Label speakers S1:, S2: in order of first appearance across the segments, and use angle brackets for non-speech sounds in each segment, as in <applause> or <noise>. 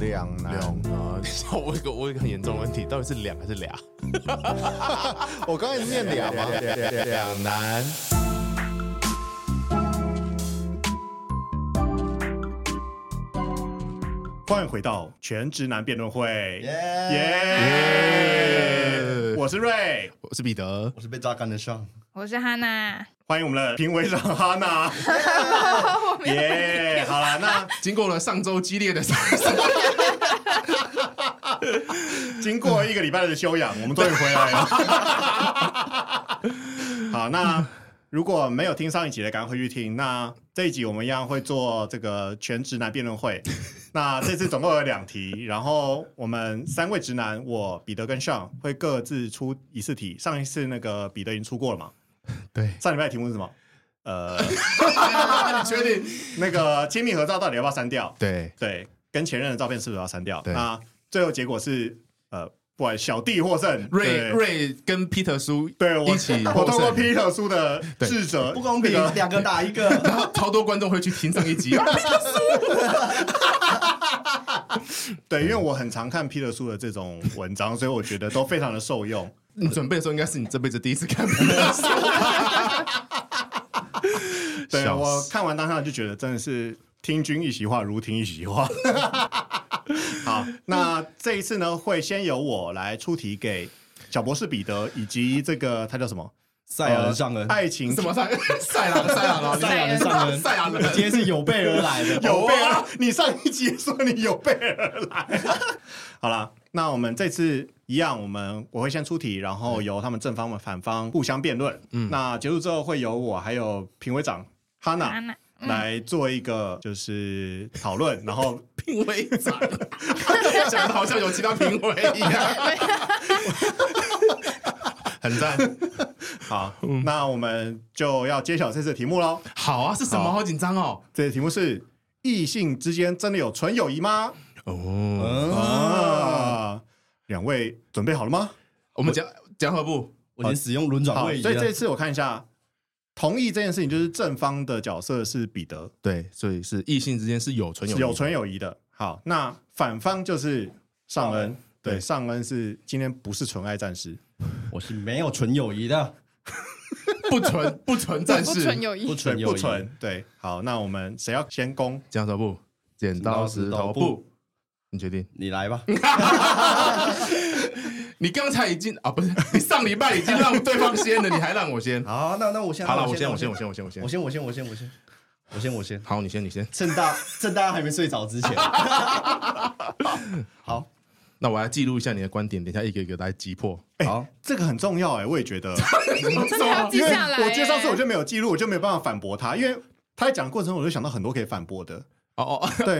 S1: 两难。
S2: 两 <laughs> 啊！等一下，我有一个我有一个很严重的问题，到底是两还是俩？
S1: 我刚才是念两吗？
S2: 两难。
S3: 欢迎回到全直男辩论会，耶、我是瑞，
S2: 我是彼得，
S4: 我是被榨干的上，
S5: 我是哈娜，
S3: 欢迎我们的评委长哈娜，耶、好啦，那
S2: 经过了上周激烈的
S3: 经过一个礼拜的休养，我们终于回来了。 <laughs> 好，那如果没有听上一集的，赶快回去听。那这一集我们一样会做这个全直男辩论会。那这次总共有两题，然后我们三位直男，我彼得跟上会各自出一次题。上一次那个彼得已经出过了嘛？
S2: 对，
S3: 上礼拜的题目是什么？呃，
S2: <laughs> 你确定？
S3: 那个亲密合照到底要不要删掉？
S2: 对，
S3: 对，跟前任的照片是不是要删掉？
S2: 对
S3: 那最后结果是呃，不然小弟获胜，
S2: 瑞
S3: 对
S2: 瑞跟 Peter 叔
S3: 对我
S2: 一起
S3: <laughs> 我
S2: 获
S3: 通过
S2: 胜，
S3: Peter 书的智者
S4: 不公平
S3: 那，个
S4: 两个打一 <laughs> 个。
S2: 然后超多观众会去听上一集。
S3: 对，因为我很常看 Peter 书的这种文章，所以我觉得都非常的受用。
S2: 你准备的时候，应该是你这辈子第一次看 Peter 叔。
S3: 对
S2: 笑死
S3: 我看完当下就觉得真的是听君一席话，如听一席话。 <laughs> 好，那这一次呢，会先由我来出题给小博士彼得以及这个他叫什么？
S4: 塞尔上恩
S3: 呃，爱情
S2: 什么赛赛狼赛狼了？
S4: 塞尔上恩，
S2: 赛狼
S3: <laughs>
S2: 了？
S4: 今天是有备而来的，
S3: 有备 <laughs> 而，你上一集也说你有备而来。 <laughs> 好啦，那我们这次一样，我们我会先出题，然后由他们正方和反方互相辩论。嗯，那结束之后会由我还有评委长哈
S5: 哈
S3: 娜
S5: 娜，
S3: 来做一个就是讨论，然 <laughs> 后
S2: 评委长，讲的好像有其他评委一样，很赞。
S3: 好，那我们就要揭晓这次的题目喽。
S2: 好啊，是什么？
S3: 好
S2: 好紧张哦。
S3: 这次题目是：异性之间真的有纯友谊吗？
S2: 哦，
S4: 嗯，
S3: 啊，两位准备好了吗？
S2: 我们讲讲何不？
S4: 我已经使用轮转
S3: 好，
S4: 位移
S3: 所以
S4: 了
S3: 这。次我看一下，同意这件事情就是正方的角色是彼得，
S2: 对，所以是异性之间是有纯
S3: 是
S2: 友
S3: 有
S2: 谊。
S3: 纯友谊的。好，那反方就是尚恩，对，
S2: 对
S3: 尚恩是今天不是纯爱战士，
S4: 我是没有纯友谊的，
S2: 不纯不纯战
S5: 不
S2: 士，
S5: 纯友谊
S4: 不，纯
S3: 对
S4: 友谊，
S3: 不纯，对。好，那我们谁要先攻？
S2: 讲什不？剪刀
S4: 剪
S2: 石头
S4: 刀石头
S2: 布，你决定。
S4: 你来吧。
S2: 你刚才已经啊，不是你上礼拜已经让对方先了，你还让
S4: <laughs>
S2: 我先。
S4: 好，那那我先，
S2: 好了，我
S4: 那
S2: 先，我先，
S4: 我
S2: 我先，我先，我先
S4: 我。先，我先，我先，我先，我先，我先，
S2: 好，你先，你先。
S4: 趁大趁大家还没睡着之 <laughs> 前。好
S2: 那我来记录一下你的观点，等一下一个一个来击破。
S4: 好，
S3: 这个很重要哎、我也觉得，
S5: 真
S2: 哦
S5: 的要记
S3: 啊因为
S5: 下来、
S3: 我接上次我
S5: 欸
S3: 就没有记录，我就没有办法反驳他，因为他在讲的过程中，我就想到很多可以反驳的，
S2: 哦哦，
S3: 对。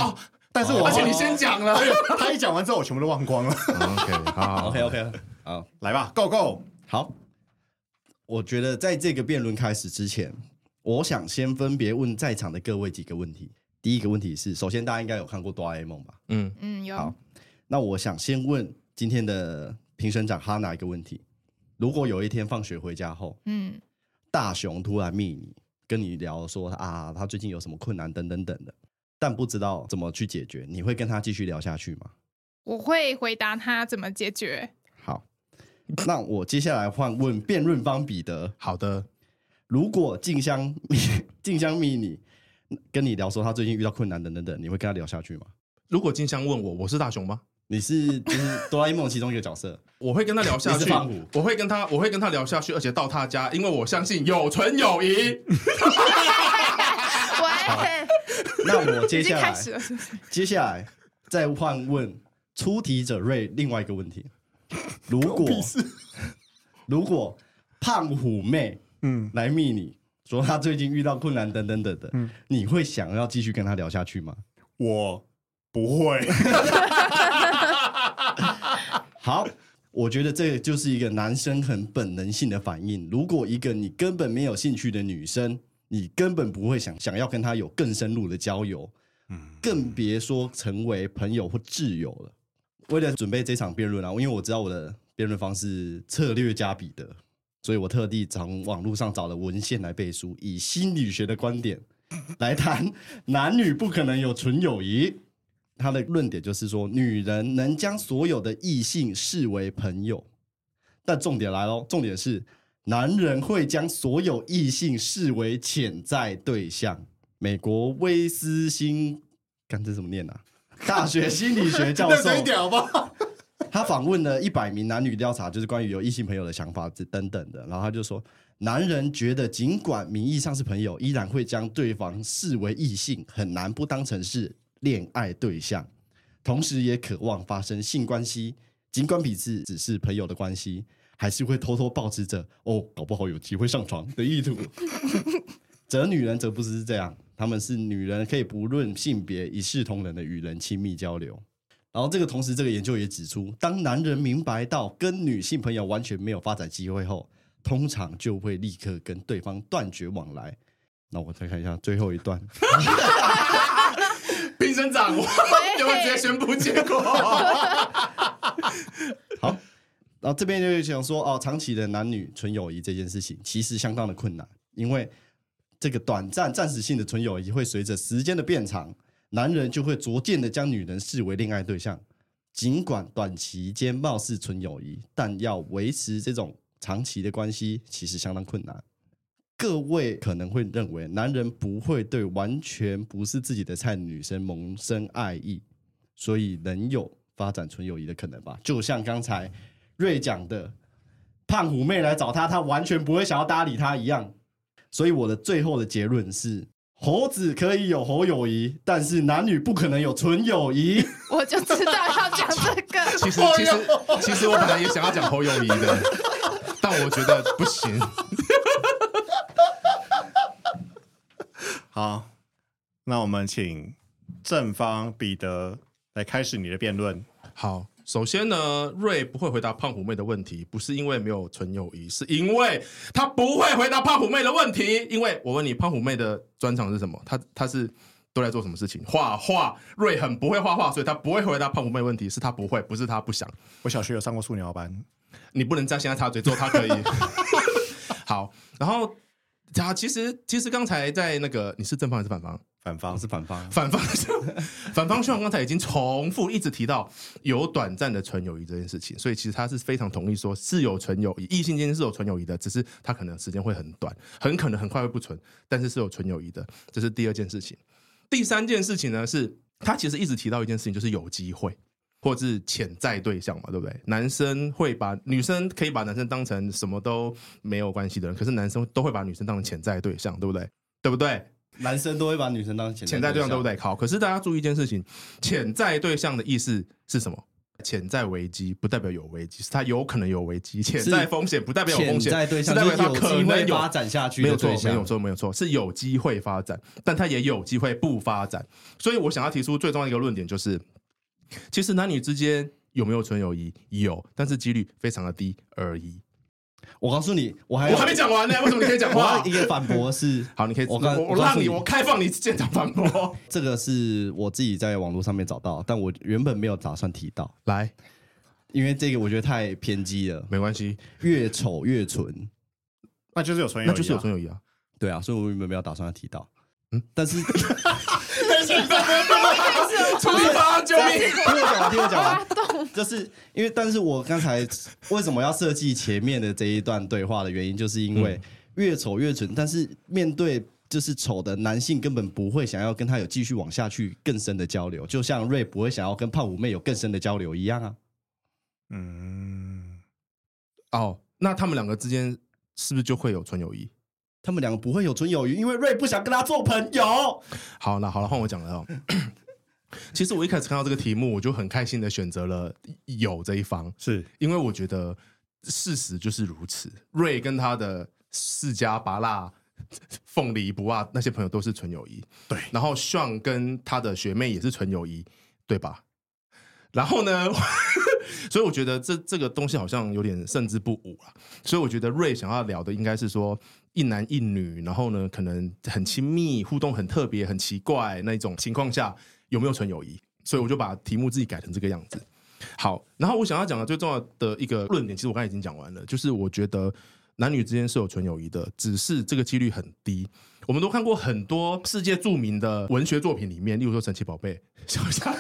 S3: 但是 <laughs> 我
S2: 而且你先讲了。
S3: 他一讲完之后，我全部都忘光了。
S2: OK，好
S4: OK OK，好。
S3: 来吧，Go Go！
S4: 好，我觉得在这个辩论开始之前，我想先分别问在场的各位几个问题。第一个问题是，首先大家应该有看过哆啦 A 梦吧？
S2: 嗯，
S5: 嗯有
S4: 好那我想先问今天的评审长哈娜一个问题：如果有一天放学回家后，
S5: 嗯
S4: 大雄突然密你，跟你聊说啊，他最近有什么困难等等等的，但不知道怎么去解决，你会跟他继续聊下去吗？
S5: 我会回答他怎么解决。 <laughs>
S4: 好，那我接下来换问辩论方彼得。
S2: 好的，
S4: 如果静香 <laughs> 静香迷你跟你聊说他最近遇到困难等等等，你会跟他聊下去吗？
S2: 如果金香问我，我是大雄吗？
S4: 你是就是哆啦 A 梦其中一个角
S5: <laughs>
S4: 色，
S2: 我会跟他聊下
S4: 你
S2: 去
S4: 是胖虎，
S2: 我会跟他，我会跟他聊下去，而且到他家，因为我相信有纯友谊。
S5: 喂，
S4: 那我接
S5: 已经
S4: 下
S5: 开
S4: 来
S5: 始了，是不是？
S4: 接下来再换问出题者瑞另外一个问题：如果 <laughs> 如果胖虎妹
S3: 嗯，
S4: 来密你说她最近遇到困难等等等的，
S5: 嗯
S4: 你会想要继续跟她聊下去吗？
S3: 我不会。
S4: 好，我觉得这就是一个男生很本能性的反应。如果一个你根本没有兴趣的女生，你根本不会想想要跟她有更深入的交友，更别说成为朋友或挚友了。为了准备这场辩论啊，因为我知道我的辩论方式策略加彼得，所以我特地从网络上找了文献来背书，以心理学的观点来谈男女不可能有纯友谊。他的论点就是说，女人能将所有的异性视为朋友，但重点来喽，重点是男人会将所有异性视为潜在对象。美国威斯辛，干这怎么念啊？大学心理
S1: <laughs>
S4: 学教授
S1: 认真一点好不好？
S4: 他访问了一百名男女调查，就是关于有异性朋友的想法这等等的，然后他就说，男人觉得尽管名义上是朋友，依然会将对方视为异性，很难不当成是恋爱对象，同时也渴望发生性关系，尽管彼此只是朋友的关系，还是会偷偷保持着哦，搞不好有机会上床的意图。则女人则不是这样，她们是女人可以不论性别一视同仁的与人亲密交流。然后这个同时，这个研究也指出，当男人明白到跟女性朋友完全没有发展机会后，通常就会立刻跟对方断绝往来。那我再看一下最后一段，
S2: 评审长，我要不要直接宣布结果？
S4: 好，然后这边就是想说哦，长期的男女纯友谊这件事情其实相当的困难，因为这个短暂暂时性的纯友谊会随着时间的变长，男人就会逐渐的将女人视为恋爱对象。尽管短期间貌似纯友谊，但要维持这种长期的关系，其实相当困难。各位可能会认为，男人不会对完全不是自己的菜的女生萌生爱意，所以能有发展纯友谊的可能吧。就像刚才瑞讲的，胖虎妹来找他，他完全不会想要搭理他一样。所以我的最后的结论是：猴子可以有猴友谊，但是男女不可能有纯友谊。
S5: 我就知道要讲这
S3: <laughs>
S5: 个。
S2: 其实其实其实我本来也想要讲侯友谊 <laughs> 的，但我觉得不行。
S3: 好，那我们请正方彼得来开始你的辩论。
S2: 好，首先呢，瑞不会回答胖虎妹的问题，不是因为没有纯友谊，是因为他不会回答胖虎妹的问题。因为我问你，胖虎妹的专长是什么？她她是都在做什么事情？画画。瑞很不会画画，所以他不会回答胖虎妹的问题，是他不会，不是他不想。
S3: 我小学有上过素描班，
S2: 你不能在现在插嘴，之后他可以。 <laughs> 好，然后他其实其实刚才在那个你是正方还哦是反方？
S3: 反方
S4: 是反方，
S2: 反方向，反方向刚才已经重复一直提到有短暂的纯友谊这件事情，所以其实他是非常同意说是有纯友谊，异性间是有纯友谊的，只是他可能时间会很短，很可能很快会不纯，但是是有纯友谊的，这是第二件事情。第三件事情呢是，他其实一直提到一件事情，就是有机会。或是潜在对象嘛，对不对？男生会把女生可以把男生当成什么都没有关系的人，可是男生都会把女生当成潜在对象，对不对？对不对？
S4: 男生都会把女生当
S2: 潜
S4: 潜
S2: 在
S4: 在
S2: 对
S4: 对
S2: 象
S4: 象，
S2: 对不？对？好，可是大家注意一件事情，潜在对象的意思是什么？潜在危机不代表有危机，是它有可能有危机；潜在风险不代表有风
S4: 潜
S2: 险，
S4: 在对象
S2: 是代
S4: 就
S2: 表
S4: 是有
S2: 它可
S4: 机
S2: 能
S4: 会
S2: 有
S4: 发展下去
S2: 没
S4: 的
S2: 有错
S4: 对，
S2: 没有
S4: 象。
S2: 错，没有错，是有机会发展，但它也有机会不发展。所以我想要提出最重要的一个论点就是，其实男女之间有没有纯友谊有，但是几率非常的低而已。
S4: 我告诉你，我还
S2: 我还没，讲完呢，为什么你可以讲
S4: 哎我
S2: 话，
S4: 要一？个反驳是
S2: 好，你可以，
S4: 我刚
S2: 我我
S4: 告
S2: 让
S4: 诉
S2: 你，我开放你现场反
S4: <laughs>
S2: 驳。
S4: 这个是我自己在网络上面找到，但我原本没有打算提到，
S2: 来，
S4: 因为这个我觉得太偏激了，
S2: 没关系，
S4: 越丑越纯。
S3: 那就是有纯友谊、
S2: 那
S3: 啊，
S2: 就是有纯友谊啊。
S4: 对啊，所以我原本没有打算要提到。嗯，但是 <laughs>
S2: 处理吧，救命！
S4: 听我讲完，听我讲完，就是因为，但是我刚才为什么要设计前面的这一段对话的原因，就是因为越丑越蠢，但是面对就是丑的男性根本不会想要跟他有继续往下去更深的交流，就像瑞不会想要跟胖虎妹有更深的交流一样啊。
S3: 嗯，
S2: 哦，那他们两个之间是不是就会有纯友谊？
S4: 他们两个不会有纯友谊，因为瑞不想跟他做朋友。
S2: 好，那好了，换我讲了哦。其实我一开始看到这个题目，我就很开心的选择了有这一方，
S3: 是
S2: 因为我觉得事实就是如此。瑞跟他的世家拔蜡、凤梨不啊那些朋友都是纯友谊，
S3: 对
S2: 然后 Sean 跟他的学妹也是纯友谊，对吧？然后呢， <laughs> 所以我觉得这这个东西好像有点胜之不武啊。所以我觉得瑞想要聊的应该是说一男一女，然后呢可能很亲密，互动很特别、很奇怪那种情况下有没有纯友谊？所以我就把题目自己改成这个样子。好，然后我想要讲的最重要的一个论点，其实我刚才已经讲完了，就是我觉得男女之间是有纯友谊的，只是这个几率很低。我们都看过很多世界著名的文学作品里面，例如说《神奇宝贝》 <laughs> 小霞，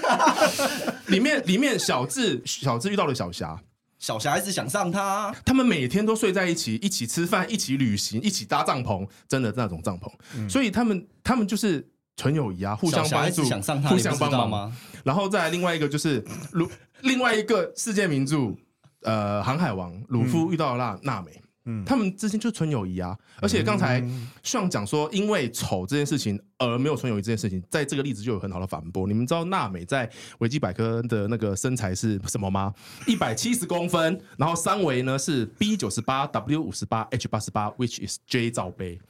S2: 里面里面小智小智遇到了小霞，
S4: 小霞一直想上他，
S2: 他们每天都睡在一起，一起吃饭，一起旅行，一起搭帐篷，真的那种帐篷。所以他们他们就是纯友谊啊，互相
S4: 嗯小霞
S2: 帮
S4: 一
S2: 助，
S4: 直想上他，
S2: 互
S4: 你不
S2: 相
S4: 知
S2: 帮
S4: 道
S2: 忙？
S4: 吗？
S2: 然后再来另外一个就是鲁，另外一个世界名著，呃，《航海王》，鲁夫遇到了娜娜美。
S3: 嗯
S2: 他们之间就是纯友谊啊，而且刚才上讲说，因为丑这件事情而没有纯友谊这件事情，在这个例子就有很好的反驳。你们知道娜美在维基百科的那个身材是什么吗？一百七十公分，然后三围呢是 B 九十八、W 五十八、H 八十八，which is J 罩杯。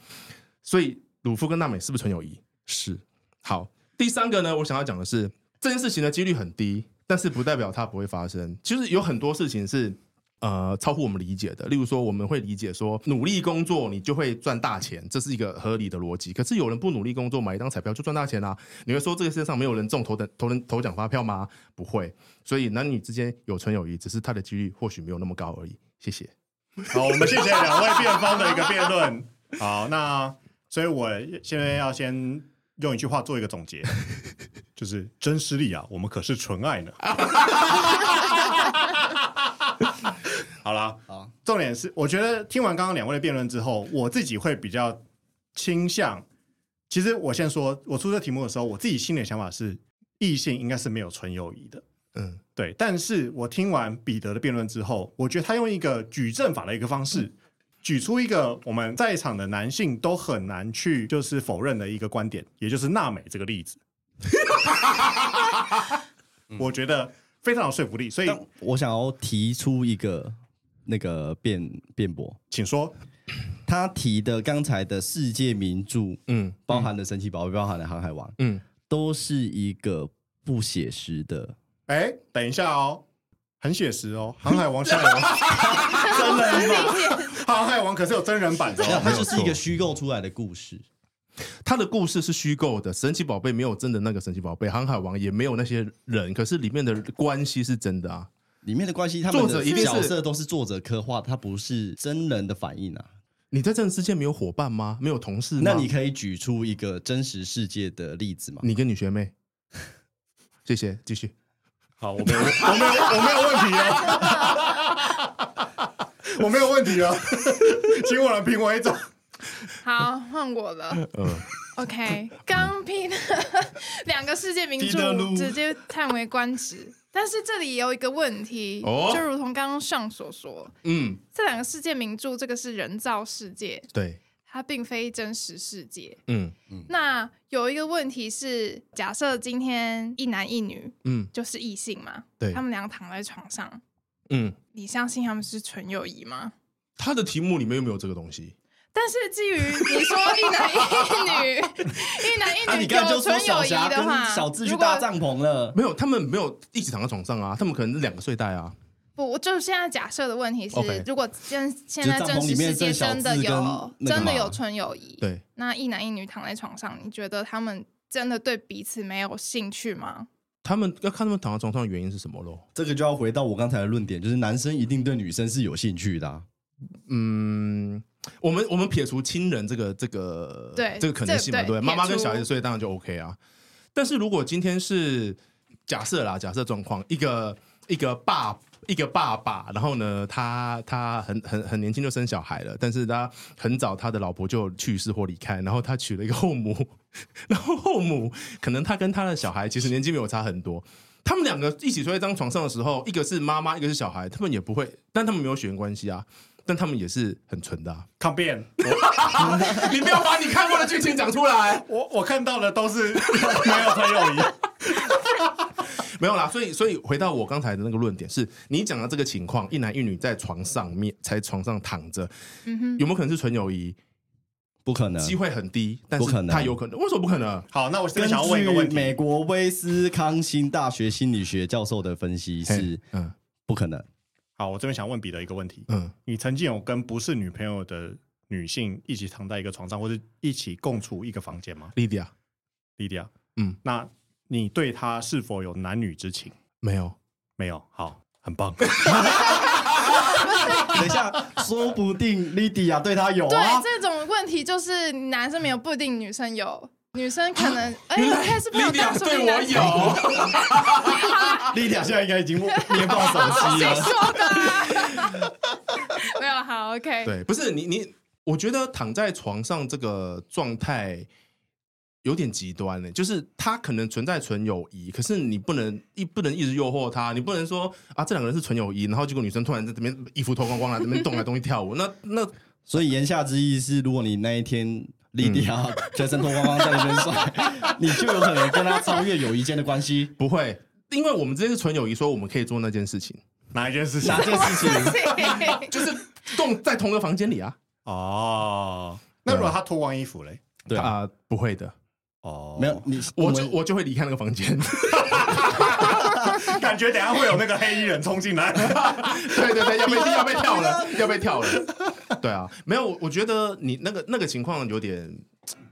S2: 所以鲁夫跟娜美是不是纯友谊？是。好，第三个呢，我想要讲的是这件事情的几率很低，但是不代表它不会发生。其实有很多事情是呃超乎我们理解的，例如说我们会理解说努力工作你就会赚大钱，这是一个合理的逻辑。可是有人不努力工作，买一张彩票就赚大钱啊？你会说这个世界上没有人中头等头等头奖发票吗？不会。所以男女之间有纯友谊，只是它的几率或许没有那么高而已。谢谢。
S3: 好，我们谢谢两位辩方的一个辩论。好，那所以我现在要先用一句话做一个总结，就是真实力啊，我们可是纯爱呢。好啦，
S4: 好
S3: 重点是，我觉得听完刚刚两位的辩论之后，我自己会比较倾向。其实我先说，我出这题目的时候，我自己心里的想法是，异性应该是没有纯友谊的。
S2: 嗯，
S3: 对，但是我听完彼得的辩论之后，我觉得他用一个举证法的一个方式，举出一个我们在场的男性都很难去就是否认的一个观点，也就是娜美这个例子。 <laughs> 我觉得非常有说服力，所以
S4: 但我想要提出一个那个辩辩驳，
S3: 请说。
S4: 他提的刚才的世界名著，
S2: 嗯
S4: 包含的神奇宝贝，包含的航海王，
S2: 嗯，
S4: 都是一个不写实的。
S3: 哎，等一下哦，很写实哦，《航海王》现在有真人版，《 <laughs> 航海王》可是有真人版的、
S4: 没有，
S3: 哦。
S4: 它就是一个虚构出来的故事。
S2: 他的故事是虚构的，神奇宝贝没有真的那个神奇宝贝，航海王也没有那些人，可是里面的关系是真的啊。
S4: 里面的关系，他们
S2: 作者
S4: 的
S2: 一定是
S4: 角色都是作者刻画，它不是真人的反应啊。
S2: 你在真实世界没有伙伴吗？没有同事吗？
S4: 那你可以举出一个真实世界的例子吗？
S2: 你跟你学妹，谢谢，继续。
S3: 好，我没有，我没有，我没有问题哦， <laughs> 我没有问题哦， <laughs> 请我来评为一种。
S5: 好，换我了。
S2: 嗯，
S3: <laughs>
S5: OK，刚拼的 <laughs> 两个世界名
S3: 滴答
S5: 著
S3: 噜
S5: 直接叹为观止。但是这里也有一个问题，
S2: 哦
S5: 就如同刚刚上所说，
S2: 嗯，
S5: 这两个世界名著，这个是人造世界，
S2: 对，
S5: 它并非真实世界。
S2: 嗯
S5: 那有一个问题是，假设今天一男一女
S2: 嗯
S5: 就是异性嘛，
S2: 对
S5: 他们俩躺在床上，
S2: 嗯，
S5: 你相信他们是纯友谊吗？
S2: 他的题目里面又没有这个东西，
S5: 但是基于你说一男一女，一
S4: 那 <laughs>
S5: 男一
S4: 啊你
S5: 女
S4: 刚才就
S5: 有
S4: 说
S5: 纯
S4: 小
S5: 友谊
S4: 霞
S5: 的话，
S4: 跟小智去
S5: 如果
S4: 搭帐篷了，
S2: 没有，他们没有一起躺在床上啊，他们可能是两个睡袋啊。
S5: 不，我就是现在假设的问题是
S2: OK
S5: 如果现现在
S4: 就
S5: 真
S4: 帐篷里
S5: 实
S4: 面
S5: 世界
S4: 剩小
S5: 真的
S4: 智跟
S5: 有
S4: 那个
S5: 真的
S4: 嘛
S5: 有纯友谊，
S2: 对，
S5: 那一男一女躺在床上，你觉得他们真的对彼此没有兴趣吗？
S2: 他们要看他们躺在床上的原因是什么咯？
S4: 这个就要回到我刚才的论点，就是男生一定对女生是有兴趣的啊、
S2: 嗯，我们我们撇除亲人这个这个
S5: 对
S2: 这个可能性嘛，
S5: 这
S2: 对，
S5: 对
S2: 妈妈
S5: 撇
S2: 跟
S5: 除
S2: 小孩子睡当然就 OK 啊。但是如果今天是假设啦，假设状况，一个一个爸一个爸爸，然后呢，他他很很很年轻就生小孩了，但是他很早他的老婆就去世或离开，然后他娶了一个后母， <laughs> 然后后母可能他跟他的小孩其实年纪没有差很多。他们两个一起睡在一张床上的时候，一个是妈妈，一个是小孩，他们也不会，但他们没有血缘关系啊，但他们也是很纯的、啊。
S3: 抗辩，
S2: <laughs> 你不要把你看过的剧情讲出来。
S3: 我我看到的都是 <laughs> 没有纯友谊。
S2: 没有啦，所以所以回到我刚才的那个论点是，你讲的这个情况，一男一女在床上面，在床上躺着，
S5: 嗯哼，
S2: 有没有可能是纯友谊？
S4: 不可能。
S2: 机会很低，但
S4: 嗯不
S2: 是
S4: 可能
S2: 他有可能，为什么不可能？
S3: 好，那我现在
S4: 根
S3: 想要问一个问
S4: 据
S3: 题，
S4: 美国威斯康星大学心理学教授的分析
S2: 嘿
S4: 是
S2: 嗯
S4: 不可能。
S3: 好，我这边想问彼得一个问题：
S2: 嗯，
S3: 你曾经有跟不是女朋友的女性一起躺在一个床上，或者一起共处一个房间吗？
S2: 莉迪亚
S3: 莉迪亚，
S2: 嗯，
S3: 那你对她是否有男女之情？
S2: 没有，
S3: 没有，好，很棒。
S4: 等一下，说不定莉迪亚对他有
S5: 对
S4: 啊，
S5: 这种问题就是男生没有，不一定女生有，女生可能
S2: 啊
S5: 哎，
S2: 原
S5: 我
S2: 来
S5: 开始朋友
S2: Lydia
S5: 当说
S2: 对
S5: 明
S2: 我
S5: 男生
S2: 有，
S4: 丽亚现在应该已经捏爆手机
S5: <laughs> 谁
S4: 了。
S5: 说的啊？没有，好，OK， <laughs>
S2: 对，不是你你，我觉得躺在床上这个状态有点极端呢、就是他可能存在纯友谊，可是你不能一不能一直诱惑他，你不能说啊这两个人是纯友谊，然后结果女生突然在这边衣服脱光光了，这边动来动去跳舞，那那
S4: 所以言下之意是，如果你那一天莉迪亚
S3: 嗯
S4: 全身脱光光在那边
S3: <laughs>
S4: 帅，你就有可能跟他超越友谊间的关系。
S2: 不会，因为我们之间是纯友谊，所以我们可以做那件事情，
S3: 哪一件事情
S4: 哪？件事
S3: <laughs>
S4: 情？
S2: 就是动在同一个房间里啊
S3: 哦，那如果他脱光衣服嘞？
S4: 对啊，
S2: 啊、不会的，
S3: 哦，
S4: 没有，你，
S2: 我
S4: 们
S2: 就我就会离开那个房间。
S3: <laughs> 感觉等一下会有那个黑衣人冲进来。
S2: 对对对，要被要被跳
S5: <laughs>
S2: 了，
S5: 啊
S2: 要被跳了。对啊，没有，我我觉得你那个那个情况有点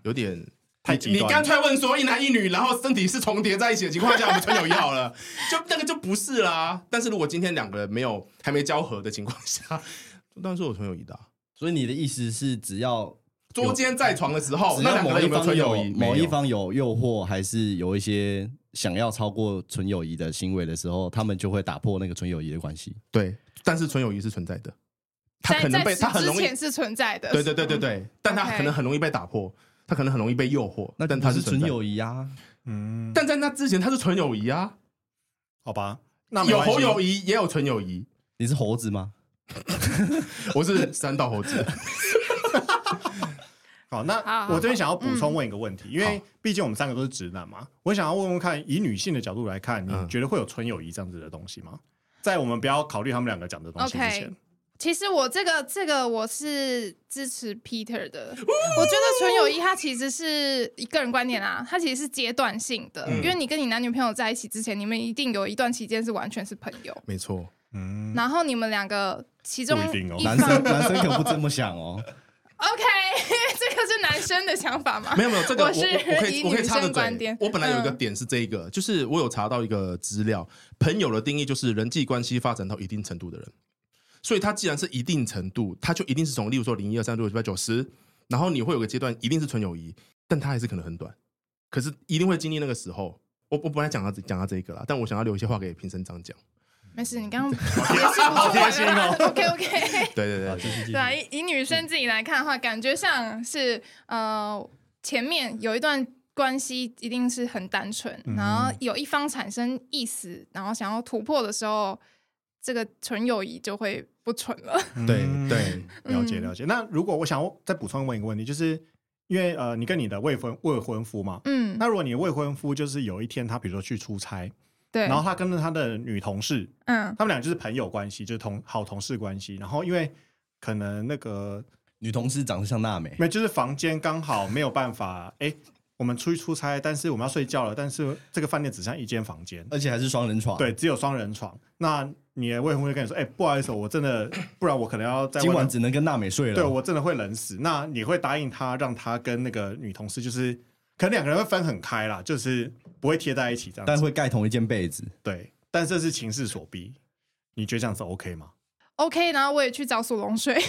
S2: 有点
S3: 太极
S2: 你
S3: 端
S2: 干脆问说一男一女，然后身体是重叠在一起的情况下，我们纯友谊好
S4: <laughs>
S2: 了，就那个就不是啦。但是如果今天两个人没有还没交合的情况下， <laughs>
S4: <laughs>
S2: 当然是有纯友谊的啊、
S4: 所以你的意思是，只要
S2: 捉奸在床的时候，
S4: 只
S2: 哦
S4: 要
S2: 那两个
S4: 某
S2: 人
S4: 一
S2: 有没有
S4: 方
S2: 纯友
S4: 有
S2: 谊？
S4: 某
S2: 没有
S4: 一方有诱惑，还是有一些想要超过纯友谊的行为的时候，他们就会打破那个纯友谊的关系。
S2: 对，但是纯友谊是存在的，他可
S5: 在
S2: 能被
S5: 在
S2: 他
S5: 此
S2: 很
S5: 之
S2: 容易，
S5: 前是存在的，
S2: 对对对对对，但他
S5: OK
S2: 可能很容易被打破，他可能很容易被诱惑，
S4: 那
S2: 但
S4: 他
S2: 他
S4: 是纯
S2: 存在的，
S4: 友谊啊，
S3: 嗯，
S2: 但在那之前他是纯友谊啊。
S3: 好吧，那没
S2: 有
S3: 关系
S2: 猴友谊，也有纯友谊。
S4: 你是猴子吗？
S2: 我
S3: <laughs>
S2: 是三道猴子，
S3: 好，
S5: 好
S3: 那我
S5: 好
S3: 这边想要补充问一个问题，因为毕竟我们三个都是直男嘛，我想要问问看，以女性的角度来看，你
S2: 嗯
S3: 觉得会有纯友谊这样子的东西
S5: 嗯
S3: 吗？在我们不要考虑他们两个讲的东西之
S5: OK
S3: 前，
S5: 其实我这个这个我是支持 Peter 的，
S2: 哦
S5: 我觉得纯友谊它其实是一个人观念啊，它其实是阶段性的，
S2: 嗯
S5: 因为你跟你男女朋友在一起之前，你们一定有一段期间是完全是朋友，
S2: 没错。
S3: 嗯，
S5: 然后你们两个其中
S3: 不一定哦
S5: 方
S4: 男生男生可不这么想哦。
S5: OK，这 <laughs> 个是男生的想法吗？
S2: 没有没有，这个我
S5: 我是
S2: 我可以
S5: 以
S2: 我可以
S5: 女
S2: 插个
S5: 生观
S2: 嘴
S5: 点。
S2: 我本来有一个
S5: 嗯
S2: 点是这一个，就是我有查到一个资料，朋友的定义就是人际关系发展到一定程度的人，所以他既然是一定程度，他就一定是从例如说零一二三六七八九十，然后你会有个阶段一定是纯友谊，但他还是可能很短，可是一定会经历那个时候。我我本来讲到讲到这一个啦，但我想要留一些话给评审长讲。
S5: 没事，你刚刚也是不错
S3: 贴心哦
S5: OK OK，
S3: <laughs>
S2: 对对对
S4: 啊，继续继续
S5: 对啊，以以女生自己来看的话，感觉上是呃前面有一段关系一定是很单纯，
S3: 嗯
S5: 然后有一方产生意思，然后想要突破的时候，这个纯友谊就会不纯
S3: <laughs>
S5: 了。
S2: 对
S3: 嗯
S2: 对，
S3: 了解
S5: 嗯
S3: 了解。那如果我想要再补充问一个问题，就是因为呃，你跟你的未婚未婚夫嘛，
S5: 嗯，
S3: 那如果你的未婚夫就是有一天他比如说去出差，
S5: 对
S3: 然，后他跟着他的女同事，
S5: 嗯，
S3: 他们俩就是朋友关系，就是同好同事关系，然后因为可能那个
S4: 女同事长得像娜美，
S3: 没有就是房间刚好没有办法，哎，我们出去出差，但是我们要睡觉了，但是这个饭店只剩一间房间，
S4: 而且还是双人床。，
S3: 对，只有双人床。那你的未婚夫就跟你说，哎，不好意思，我真的，不然我可能要在外
S4: 今
S3: 面
S4: 晚只能跟娜美睡了。
S3: 对我真的会冷死。那你会答应他，让他跟那个女同事，就是可能两个人会分很开啦，就是不会贴在一起这样
S4: 但
S3: 子。
S4: 会盖同一件被子。
S3: 对，但这是情势所逼，你觉得这样子 OK 吗？
S5: OK，然后我也去找索隆
S3: <laughs>
S5: <laughs> 水， <laughs> 没有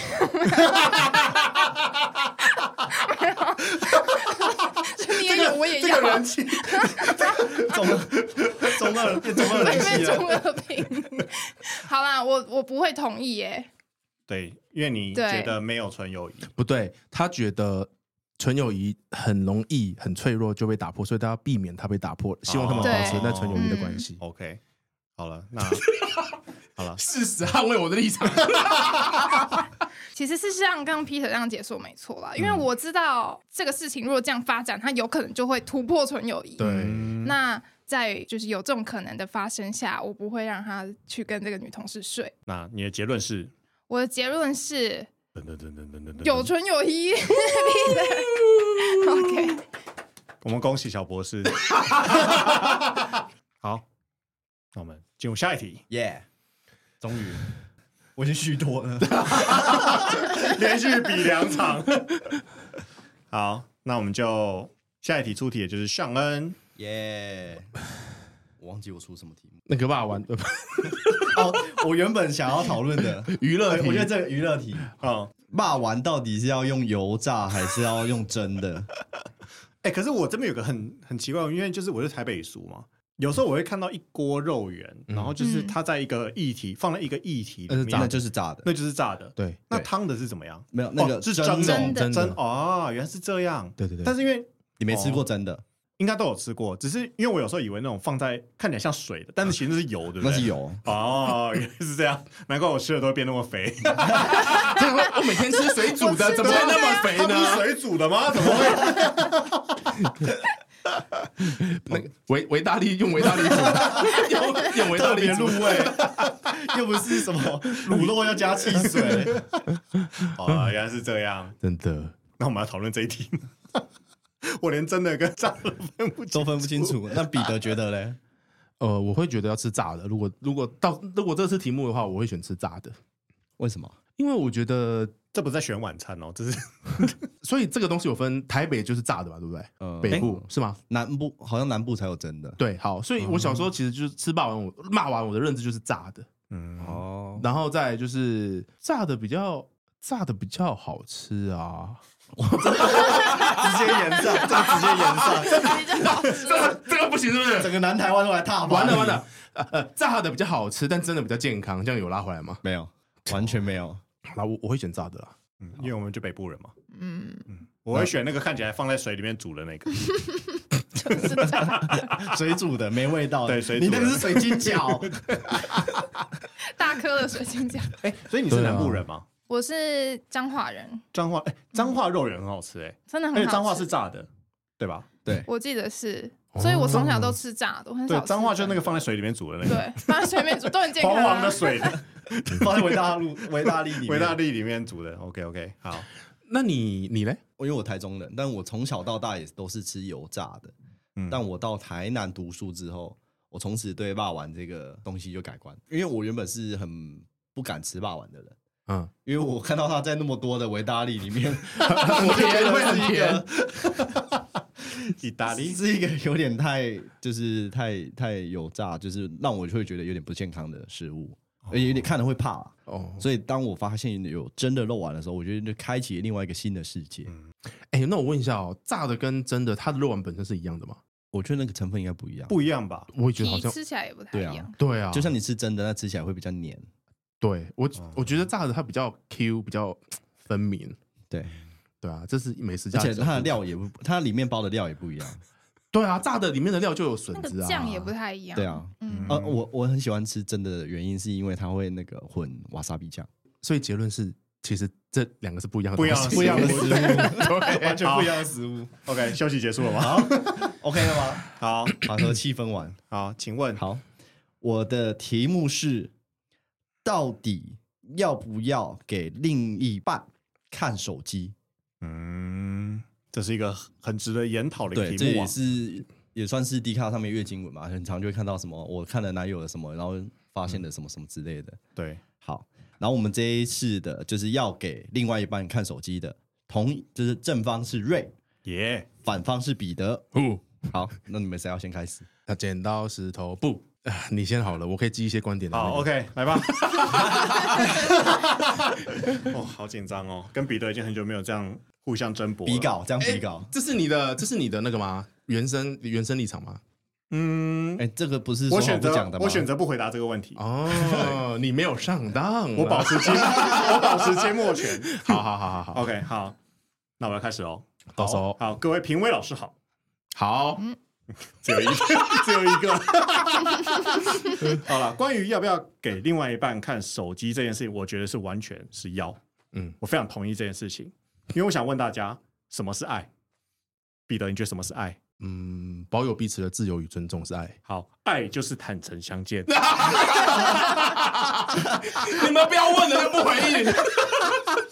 S5: 你也有，我也
S3: 这
S5: 要，
S3: 个人 <laughs> 气，
S4: 中了，中二变中
S5: 我也被
S3: 啊
S4: 了。
S5: 中二病。好啦，我我不会同意耶。
S3: 对，因为你
S5: 对
S3: 觉得没有纯友谊，
S2: 不对，他觉得纯友谊很容易、很脆弱就被打破，所以他要避免它被打破，希望他们
S5: 对
S2: 保持那纯友谊的关系。
S3: OK，好了，
S5: <laughs>
S3: 那好了，
S2: 事实捍卫我的立场。
S5: 其实是像刚刚 Peter 这样解说没错啦，因为我知道这个事情如果这样发展，它有可能就会突破纯友谊。
S2: 对，
S5: 那在就是有这种可能的发生下，我不会让他去跟这个女同事睡。
S3: 那你的结论是？
S5: 我的结论是
S3: 等等等等等等，
S5: 有纯友谊。Peter，OK。
S3: 我们恭喜小博
S5: <laughs>
S3: 士。好，那我们进入下一题。
S4: 耶！终于，我已经续多
S3: <laughs>
S4: 了。
S3: 连续比两场。好，那我们就下一题出题，也就是尚恩。
S4: 耶！ <laughs> 我忘记我出什么题目
S2: <laughs> 那个霸玩呃
S4: 哦，我原本想要讨论的哎
S2: 娱乐题
S4: 我觉得这个娱乐题，
S3: 嗯，
S4: 霸王到底是要用油炸还是要用蒸的？
S3: 哎、可是我这边有个很很奇怪，因为就是我是台北俗嘛，有时候我会看到一锅肉圆，然后就是它在一个液体放在一个液体里
S2: 嗯呃那是炸
S3: 面，
S4: 那
S2: 的
S4: 就是炸的，
S3: 那就是炸的。
S2: 对
S3: 那
S4: 对
S3: 汤的是怎么样？
S4: 没有那个
S3: 哦是
S4: 蒸
S3: 蒸
S4: 笼
S5: 真的
S2: 真
S3: 真
S2: 的
S3: 哦，原来是这样。
S2: 对对对，
S3: 但
S2: 是
S3: 是因为
S4: 你没吃过蒸的，
S3: 应该都有吃过，只是因为我有时候以为那种放在看起来像水的，但是其实是油，对不对？
S2: <laughs>
S4: 那是。油。
S3: 哦，原来是这样，难怪我吃的都会变那么
S2: <laughs>
S3: 肥。
S2: 哎我每天吃啊水煮的，怎么会那么肥
S3: 它不是
S2: 呢？
S3: 水煮的
S2: <laughs>
S3: 吗？怎么会？
S2: <laughs> 那个维维大利用维大利 <laughs> 煮，用用维大
S4: 特
S2: 利
S4: 别
S2: 煮
S4: 入。味，又不是什么 <laughs> 卤肉要加汽水。
S3: 哦，原来是这样。
S2: <laughs> 真的，
S3: 那我们要讨论这一题 <laughs> 吗。我连真的跟炸的分不
S4: <laughs>
S3: 清
S4: 都分不清楚。那彼得觉得嘞？
S2: 呃，我会觉得要吃炸的。如果如果到如果这次题目的话，我会选吃炸的，
S4: 为什么？
S2: 因为我觉得，
S3: 这不是在选晚餐哦，这是
S2: 所以这个东西有分台北就是炸的嘛，对不对？
S4: 呃
S2: 北部是吗？
S4: 南部好像南部才有真的
S2: 对，好，所以我小时候其实就是吃霸王，我骂完我的认知就是炸的，
S3: <laughs> 嗯，
S4: 哦。
S2: 然后再来就是炸的比较炸的比较好吃啊。
S4: 直接延上，这直接延上，
S2: 这个 <laughs> 这个不行是不是？
S4: 整个南台湾都来踏伐
S2: <laughs> 完
S4: 你
S2: 了完，了，呃呃，炸的比较好吃，但真的比较健康，这样有拉回来吗？
S4: 没有，完全没有。
S2: 好啦，我我会选炸的啦。
S3: 嗯因为我们就北部人嘛，
S5: 嗯，
S3: 我会选那个看起来放在水里面煮的那个。
S5: 就是这样。
S4: 水煮的没味道，
S3: 对水煮
S4: 你
S3: 的
S4: 那个是水晶饺，
S5: 大颗的水晶饺，
S3: 哎，所以你是
S2: 对啊
S3: 南部人吗？
S5: 我是彰化人，
S3: 彰化，哎，彰化肉圆很好吃，哎，
S5: 真嗯的很好
S3: 而
S5: 吃。
S3: 且彰化是炸的，对吧？
S5: 我记得是，所以我从小都吃炸的，我很
S3: 对
S5: 少。，
S3: 彰化就是那个，放在水里面煮的那个，
S5: 对，放在水面煮都很健康
S3: 黄黄
S5: 啊
S3: 的。水的， <laughs>
S4: 放在维大陆维大利里面。
S3: 维大利里面煮的。OK OK，好， <laughs>
S2: 那你你嘞？
S4: 因为我台中人，但我从小到大也都是吃油炸的。
S3: 嗯
S4: 但我到台南读书之后，我从此对霸丸这个东西就改观，因为我原本是很不敢吃霸丸的人。
S2: 嗯，
S4: 因为我看到它在那么多的维达利里面，我觉得会是一个
S3: 意大利
S4: 是一个有点太就是太太油炸，就是让我就会觉得有点不健康的食物，而且有点看了会怕啦。
S2: 哦，
S4: 所以当我发现有真的肉丸的时候，我觉得就开启了另外一个新的世界。
S2: 哎、那我问一下哦，炸的跟真的，它的肉丸本身是一样的吗？
S4: 我觉得那个成分应该不一样，
S3: 不一样吧？
S2: 我也觉得好
S5: 皮
S2: 像
S5: 吃起来也不太一样，
S2: 对啊，
S4: 就像你吃真的，那吃起来会比较黏。
S2: 对我、我觉得炸的它比较 Q，比较分明。
S4: 对，
S2: 对啊，这是美食家
S4: 而
S2: 的角
S4: 且
S2: 度，
S4: 它的料也不，它里面包的料也不一样。
S2: 对啊，炸的里面的料就有笋
S5: 那
S2: 子
S5: 个
S2: 啊，
S5: 酱也不太一样。
S4: 对，啊，
S5: 嗯，
S4: 呃，我我很喜欢吃真的原因是因为它会那个混瓦萨比酱，
S2: 所以结论是，其实这两个是不一样的
S3: 不一
S2: 东
S3: 样
S2: 西，
S3: 不一样的 <laughs>
S4: 食物，完哎全不一样的食物。
S3: OK，休息结束了吗？ <laughs>
S4: 好，OK 了吗？
S3: 好
S4: 好，和气氛完。
S3: 好，请问
S4: 好，我的题目是：到底要不要给另一半看手机？
S3: 嗯，这是一个很值得研讨的
S4: 对，
S3: 一个
S4: 这
S3: 题目
S4: 也
S3: 啊。
S4: 是也算是 D 卡上面月经文嘛，很常就会看到什么我看了男友的什么，然后发现了什么什么之类的。
S3: 对，
S4: 好，然后我们这一次的就是要给另外一半看手机的，同就是正方是瑞，
S3: 耶，
S4: 反方是彼得。
S2: <laughs> 哦，
S4: 好，那你们谁要先开始？
S2: 那剪刀石头布、啊你先好了，我可以记一些观点的、那
S3: 好
S2: 个。
S3: ，OK，来吧。 <laughs> 哦，好紧张哦，跟彼得已经很久没有这样互相争驳。
S4: 比，稿，这样比稿。
S2: 哎这是你的，这是你的那个吗？原生原生立场吗？
S3: 嗯，
S4: 哎、这个不是说
S3: 我
S4: 好
S3: 选
S4: 不讲
S3: 择
S4: 的吗？
S3: 我选择不回答这个问题，
S2: 哦，你没有上当啊，
S3: 我保
S4: <laughs>
S3: 持缄，我保持缄默权。
S2: 好好好好好，
S3: OK，好，那我要开始喽。
S2: 到时候
S3: 好，各位评委老师好，
S2: 好，
S5: 嗯
S3: 只有一个， <laughs> 只有一个。好了，关于要不要给另外一半看手机这件事情，我觉得是完全是要。
S2: 嗯
S3: 我非常同意这件事情，因为我想问大家，什么是爱？彼得，你觉得什么是爱？
S2: 嗯，保有彼此的自由与尊重是爱。
S3: 好，爱就是坦诚相见。
S2: 你们不要问了就不回应。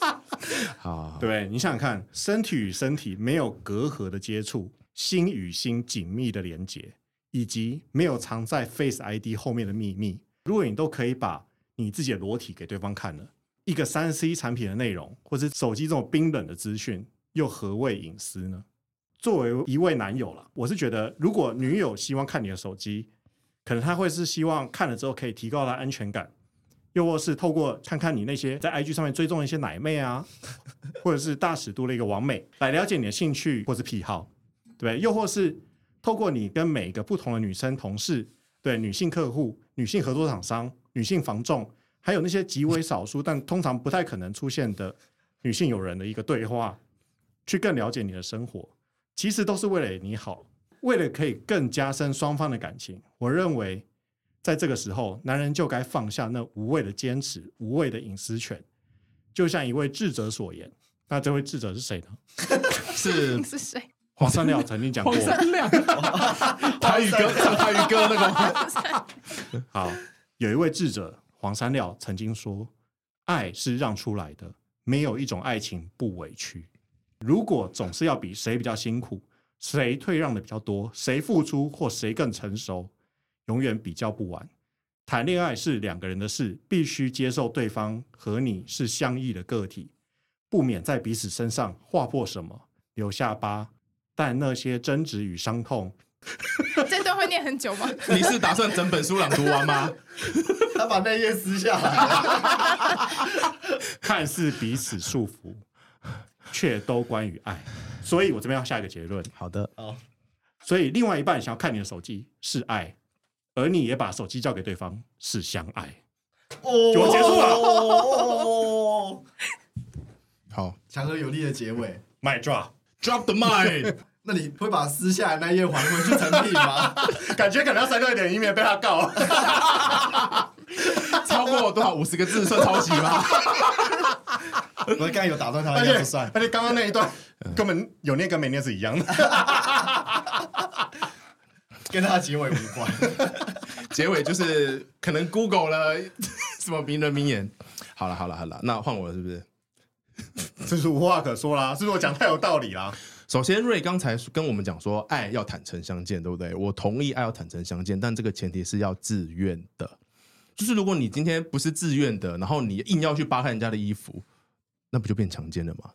S2: <laughs> 好，
S3: 对不对？你想想看，身体与身体没有隔阂的接触，心与心紧密的连接，以及没有藏在 Face ID 后面的秘密，如果你都可以把你自己的裸体给对方看了，一个三 C 产品的内容，或是手机这种冰冷的资讯，又何谓隐私呢？作为一位男友啦，我是觉得，如果女友希望看你的手机，可能他会是希望看了之后可以提高他安全感，又或是透过看看你那些在 IG 上面追踪的一些奶妹啊，或者是大尺度的一个网美，来了解你的兴趣或是癖好，对不对？又或是透过你跟每个不同的女生同事、对女性客户、女性合作厂商、女性房仲，还有那些极为少数但通常不太可能出现的女性友人的一个对话，去更了解你的生活，其实都是为了你好，为了可以更加深双方的感情。我认为，在这个时候，男人就该放下那无谓的坚持、无谓的隐私权。就像一位智者所言，那这位智者是谁呢？
S2: 是
S5: 是谁？
S3: 黄三料曾经讲过
S2: 黄。三亮，台语歌唱台语歌那个吗，
S3: 好，有一位智者黄三料曾经说：“爱是让出来的，没有一种爱情不委屈。如果总是要比谁比较辛苦，谁退让的比较多，谁付出或谁更成熟，永远比较不完。谈恋爱是两个人的事，必须接受对方和你是相异的个体，不免在彼此身上划破什么，留下疤。但那些争执与伤痛，
S5: 这段会念很久吗？
S2: 你是打算整本书朗读完吗？ <laughs>
S4: 他把那页撕下来，
S3: 看似彼此束缚，却都关于爱。所以我这边要下一个结论：
S1: 好的，
S3: 所以另外一半想要看你的手机是爱，而你也把手机交给对方是相爱。
S4: 我
S3: 结束了
S4: 了。
S2: 好
S4: 强而有力的结尾，
S3: My draw，
S2: ，Drop the mic， <laughs>
S4: 那你会把撕下来那页还回去成品吗？
S3: 感觉可能要删掉一点，以免被他 <laughs> 告。
S2: 超过多少五十个字算抄袭吗？
S4: 我刚才有打断他，
S3: 而
S4: 应该
S3: 且
S4: 不算。
S3: 而且刚刚那一段根本有念跟没念是一样的。
S4: 跟他的结尾无关。
S2: 结尾就是可能 Google 了什么名人名言。好了好了好了，那换我了是不是？
S3: 就是无话可说啦，是不是我讲太有道理啦？
S2: 首先，瑞刚才跟我们讲说，爱要坦诚相见，对不对？我同意爱要坦诚相见，但这个前提是要自愿的。就是如果你今天不是自愿的，然后你硬要去扒开人家的衣服，那不就变强奸了吗？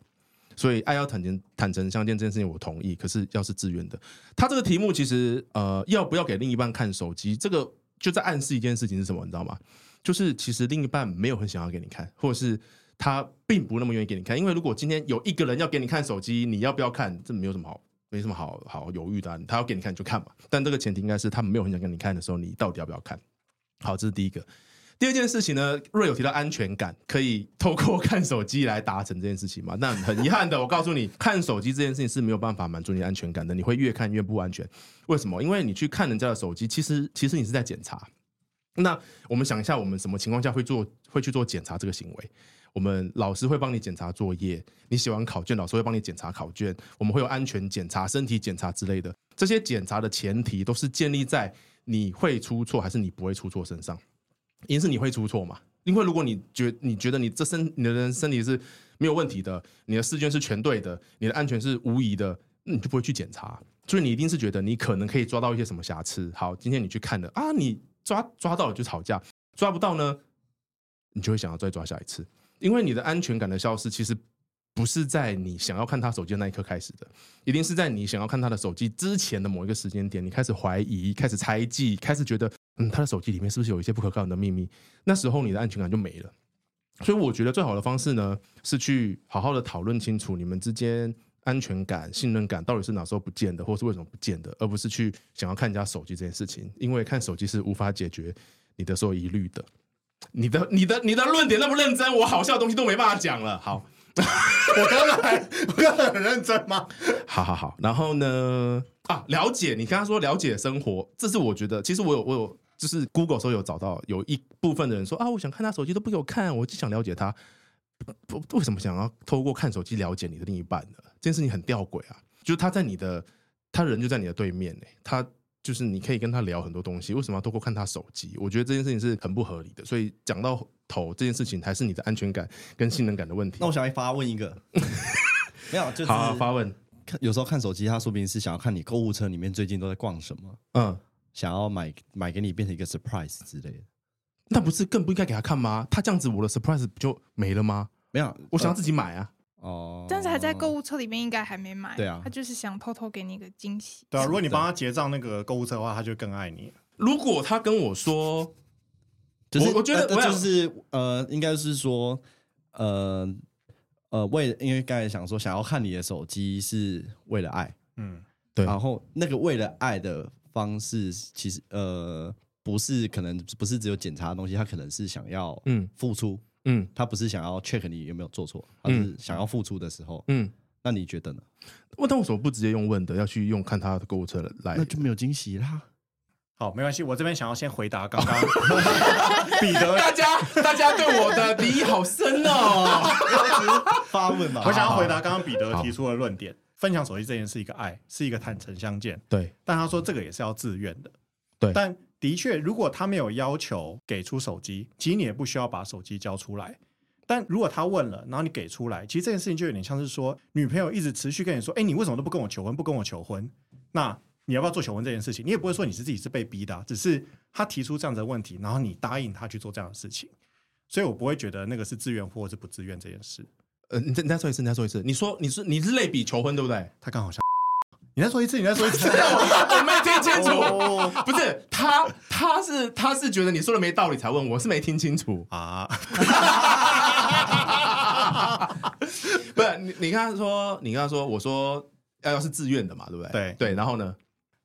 S2: 所以，爱要坦诚坦诚相见这件事情，我同意。可是，要是自愿的，他这个题目其实呃，要不要给另一半看手机，这个就在暗示一件事情是什么，你知道吗？就是其实另一半没有很想要给你看，或者是他并不那么愿意给你看。因为如果今天有一个人要给你看手机，你要不要看？这没有什么好，没什么好好犹豫的啊、他要给你看你就看嘛。但这个前提应该是他没有很想给你看的时候，你到底要不要看？好，这是第一个。第二件事情呢，瑞有提到安全感，可以透过看手机来达成这件事情嘛？那很遗憾的，我告诉你，看手机这件事情是没有办法满足你的安全感的，你会越看越不安全。为什么？因为你去看人家的手机，其实其实你是在检查。那我们想一下，我们什么情况下会做会去做检查这个行为？我们老师会帮你检查作业，你写完考卷，老师会帮你检查考卷，我们会有安全检查、身体检查之类的。这些检查的前提都是建立在你会出错还是你不会出错身上。一定是你会出错嘛？因为如果你觉你觉得你这身你的人身体是没有问题的，你的试卷是全对的，你的安全是无疑的，那你就不会去检查。所以你一定是觉得你可能可以抓到一些什么瑕疵。好，今天你去看了啊，你抓抓到了就吵架，抓不到呢，你就会想要再抓下一次，因为你的安全感的消失其实。不是在你想要看他手机的那一刻开始的，一定是在你想要看他的手机之前的某一个时间点，你开始怀疑，开始猜忌，开始觉得，嗯，他的手机里面是不是有一些不可告人的秘密？那时候你的安全感就没了。所以我觉得最好的方式呢，是去好好的讨论清楚你们之间安全感、信任感到底是哪时候不见的，或是为什么不见的，而不是去想要看人家手机这件事情，因为看手机是无法解决你的所有疑虑的。你的、你的、你的论点那么认真，我好笑的东西都没办法讲了。好，
S3: 我刚 <laughs> 才我刚才很认真吗？
S2: 好好好，然后呢？啊，了解，你刚刚说了解生活，这是我觉得，其实我有我有，就是 Google 时候有找到有一部分的人说啊，我想看他手机都不给我看，我就想了解他，不不为什么想要透过看手机了解你的另一半呢？这件事情很吊诡啊，就是他在你的，他人就在你的对面呢、他就是你可以跟他聊很多东西，为什么要透过看他手机？我觉得这件事情是很不合理的，所以讲到头，这件事情还是你的安全感跟信任感的问题
S4: 那。我想要发问一个，没有，就是
S2: 好、啊，发问，
S4: 看有时候看手机，他说不定是想要看你购物车里面最近都在逛什么，
S2: 嗯。
S4: 想要买买给你变成一个 surprise 之类的。
S2: 那不是更不应该给他看吗？他这样子，我的 surprise 不就没了吗？
S4: 没有，
S2: 我想要自己买啊！
S4: 呃哦，
S5: 但是还在购物车里面，应该还没买。
S4: 对啊
S5: 他就是想偷偷给你一个惊喜。
S3: 啊对啊，如果你帮他结账那个购物车的话，他就更爱你。
S2: 如果他跟我说，
S6: 就是
S2: 我我觉得
S6: 呃
S2: 我想
S6: 就是呃，应该是说呃呃，为因为刚才想说想要看你的手机是为了爱，
S3: 嗯，
S2: 对
S6: 然后那个为了爱的方式，其实呃不是可能不是只有检查的东西，他可能是想要
S2: 嗯
S6: 付出，
S2: 嗯
S6: 他不是想要 check 你有没有做错，他是
S2: 嗯
S6: 想要付出的时候，
S2: 嗯，
S6: 那你觉得呢？
S2: 问但为什么不直接用问的，要去用看他的购物车来？
S6: 那就没有惊喜啦。
S3: 好，没关系，我这边想要先回答刚 <laughs> 刚彼得
S2: 大家大家对我的敌意好深哦。
S6: 发问嘛
S3: 我想要回答刚刚彼得提出的论点，分享手机这件是一个爱，是一个坦诚相见，
S2: <laughs> 对，
S3: 但他说这个也是要自愿的。
S2: 对
S3: 但的确，如果他没有要求给出手机，其实你也不需要把手机交出来。但如果他问了，然后你给出来，其实这件事情就有点像是说，女朋友一直持续跟你说：“哎、你为什么都不跟我求婚？不跟我求婚？”那你要不要做求婚这件事情？你也不会说你是自己是被逼的啊、只是他提出这样子的问题，然后你答应他去做这样的事情，所以我不会觉得那个是自愿或者是不自愿这件事。
S2: 呃，你再你再说一次，你再说一次，你说你是你是类比求婚对不对？
S3: 他刚好像， <laughs> 你再说一次，你再说一次。
S2: <laughs> 我没听清楚， <laughs> 不是他，他是他是觉得你说的没道理才问我，我是没听清楚。
S3: <laughs> 啊，
S2: <laughs> 不是你，你跟他说，你跟他说，我说要要是自愿的嘛，对不对？
S3: 对
S2: 对，然后呢，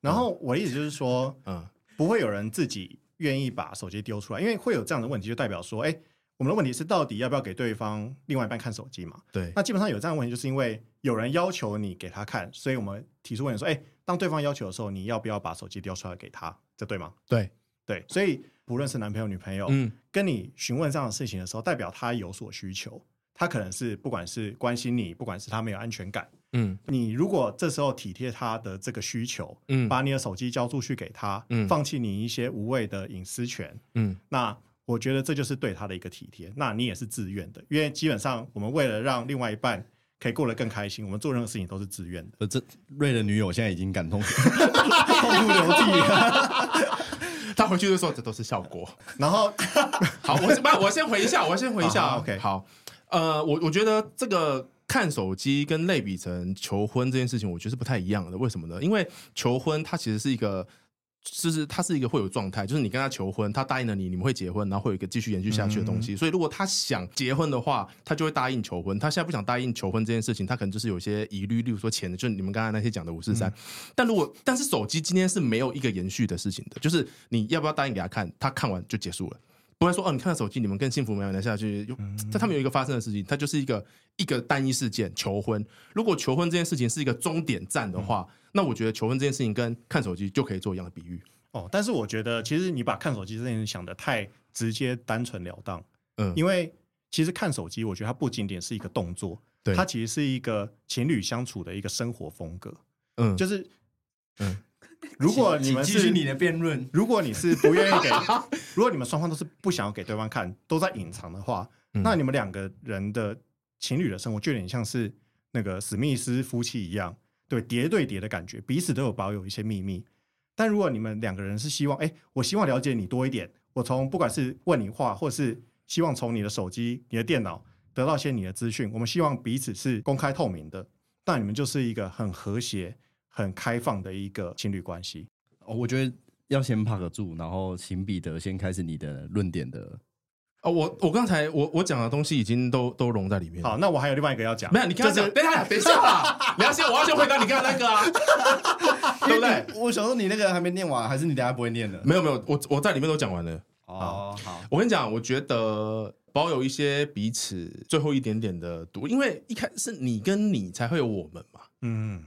S3: 然后我的意思就是说，
S2: 嗯
S3: 不会有人自己愿意把手机丢出来，因为会有这样的问题，就代表说，哎，我们的问题是到底要不要给对方另外一半看手机嘛？
S2: 对，
S3: 那基本上有这样的问题，就是因为有人要求你给他看，所以我们提出问题说，哎，当对方要求的时候，你要不要把手机丢出来给他？这对吗？
S2: 对，
S3: 对，所以不论是男朋友、女朋友，
S2: 嗯
S3: 跟你询问这样的事情的时候，代表他有所需求，他可能是不管是关心你，不管是他没有安全感，
S2: 嗯
S3: 你如果这时候体贴他的这个需求，
S2: 嗯
S3: 把你的手机交出去给他，
S2: 嗯
S3: 放弃你一些无谓的隐私权，
S2: 嗯，
S3: 那我觉得这就是对他的一个体贴。那你也是自愿的，因为基本上我们为了让另外一半可以过得更开心，我们做任何事情都是自愿的。
S6: 呃，这瑞的女友现在已经感 <laughs> 动
S3: 痛哭流涕。
S2: <laughs>
S3: 啊
S2: <laughs> 他回去就说这都是效果。
S3: 然后， <laughs>
S2: 好，我不，我先回一下，我先回一下
S3: 好好
S2: 啊。
S3: ，OK
S2: 好，呃，我我觉得这个看手机跟类比成求婚这件事情，我觉得是不太一样的。为什么呢？因为求婚它其实是一个。就是它是一个会有状态，就是你跟他求婚，他答应了你，你们会结婚，然后会有一个继续延续下去的东
S3: 嗯
S2: 西。所以如果他想结婚的话，他就会答应求婚。他现在不想答应求婚这件事情，他可能就是有一些疑虑，例如说钱的，就是你们刚才那些讲的五四三。
S3: 嗯
S2: 但如果但是手机今天是没有一个延续的事情的，就是你要不要答应给他看，他看完就结束了。不会说哦，你看到手机，你们更幸福美满的下去。有，但他们有一个发生的事情，它就是一个一个单一事件，求婚。如果求婚这件事情是一个终点站的话，那我觉得求婚这件事情跟看手机就可以做一样的比喻。
S3: 哦，但是我觉得其实你把看手机这件事想的太直接、单纯了当，
S2: 嗯
S3: 因为其实看手机，我觉得它不仅仅是一个动作，
S2: 对
S3: 它其实是一个情侣相处的一个生活风格。
S2: 嗯，
S3: 就是，如果你们
S4: 请继续
S3: 是
S4: 你的辩论，
S3: 如果你是不愿意给，如果你们双方都是不想要给对方看，都在隐藏的话，
S2: 嗯
S3: 那你们两个人的情侣的生活就有点像是那个史密斯夫妻一样，对叠对叠的感觉，彼此都有保有一些秘密。但如果你们两个人是希望，哎，我希望了解你多一点，我从不管是问你话，或是希望从你的手机、你的电脑得到一些你的资讯，我们希望彼此是公开透明的，那你们就是一个很和谐、很开放的一个情侣关系。
S6: 哦我觉得要先 park 住，然后请彼得先开始你的论点的。
S2: 哦，我我刚才我我讲的东西已经都都融在里面了。
S3: 好，那我还有另外一个要讲，
S2: 没有，你刚刚
S3: 就
S2: 讲，
S3: 是
S2: 等一下，等一下 <laughs> 啦，你要先，我要先回答你刚刚那个啊，对不对？
S6: 我想说你那个还没念完，还是你等下不会念的？
S2: 没有没有，我我在里面都讲完了。
S4: 哦，好，
S2: 我跟你讲，我觉得保有一些彼此最后一点点的毒，因为一开始你跟你才会有我们嘛。
S3: 嗯，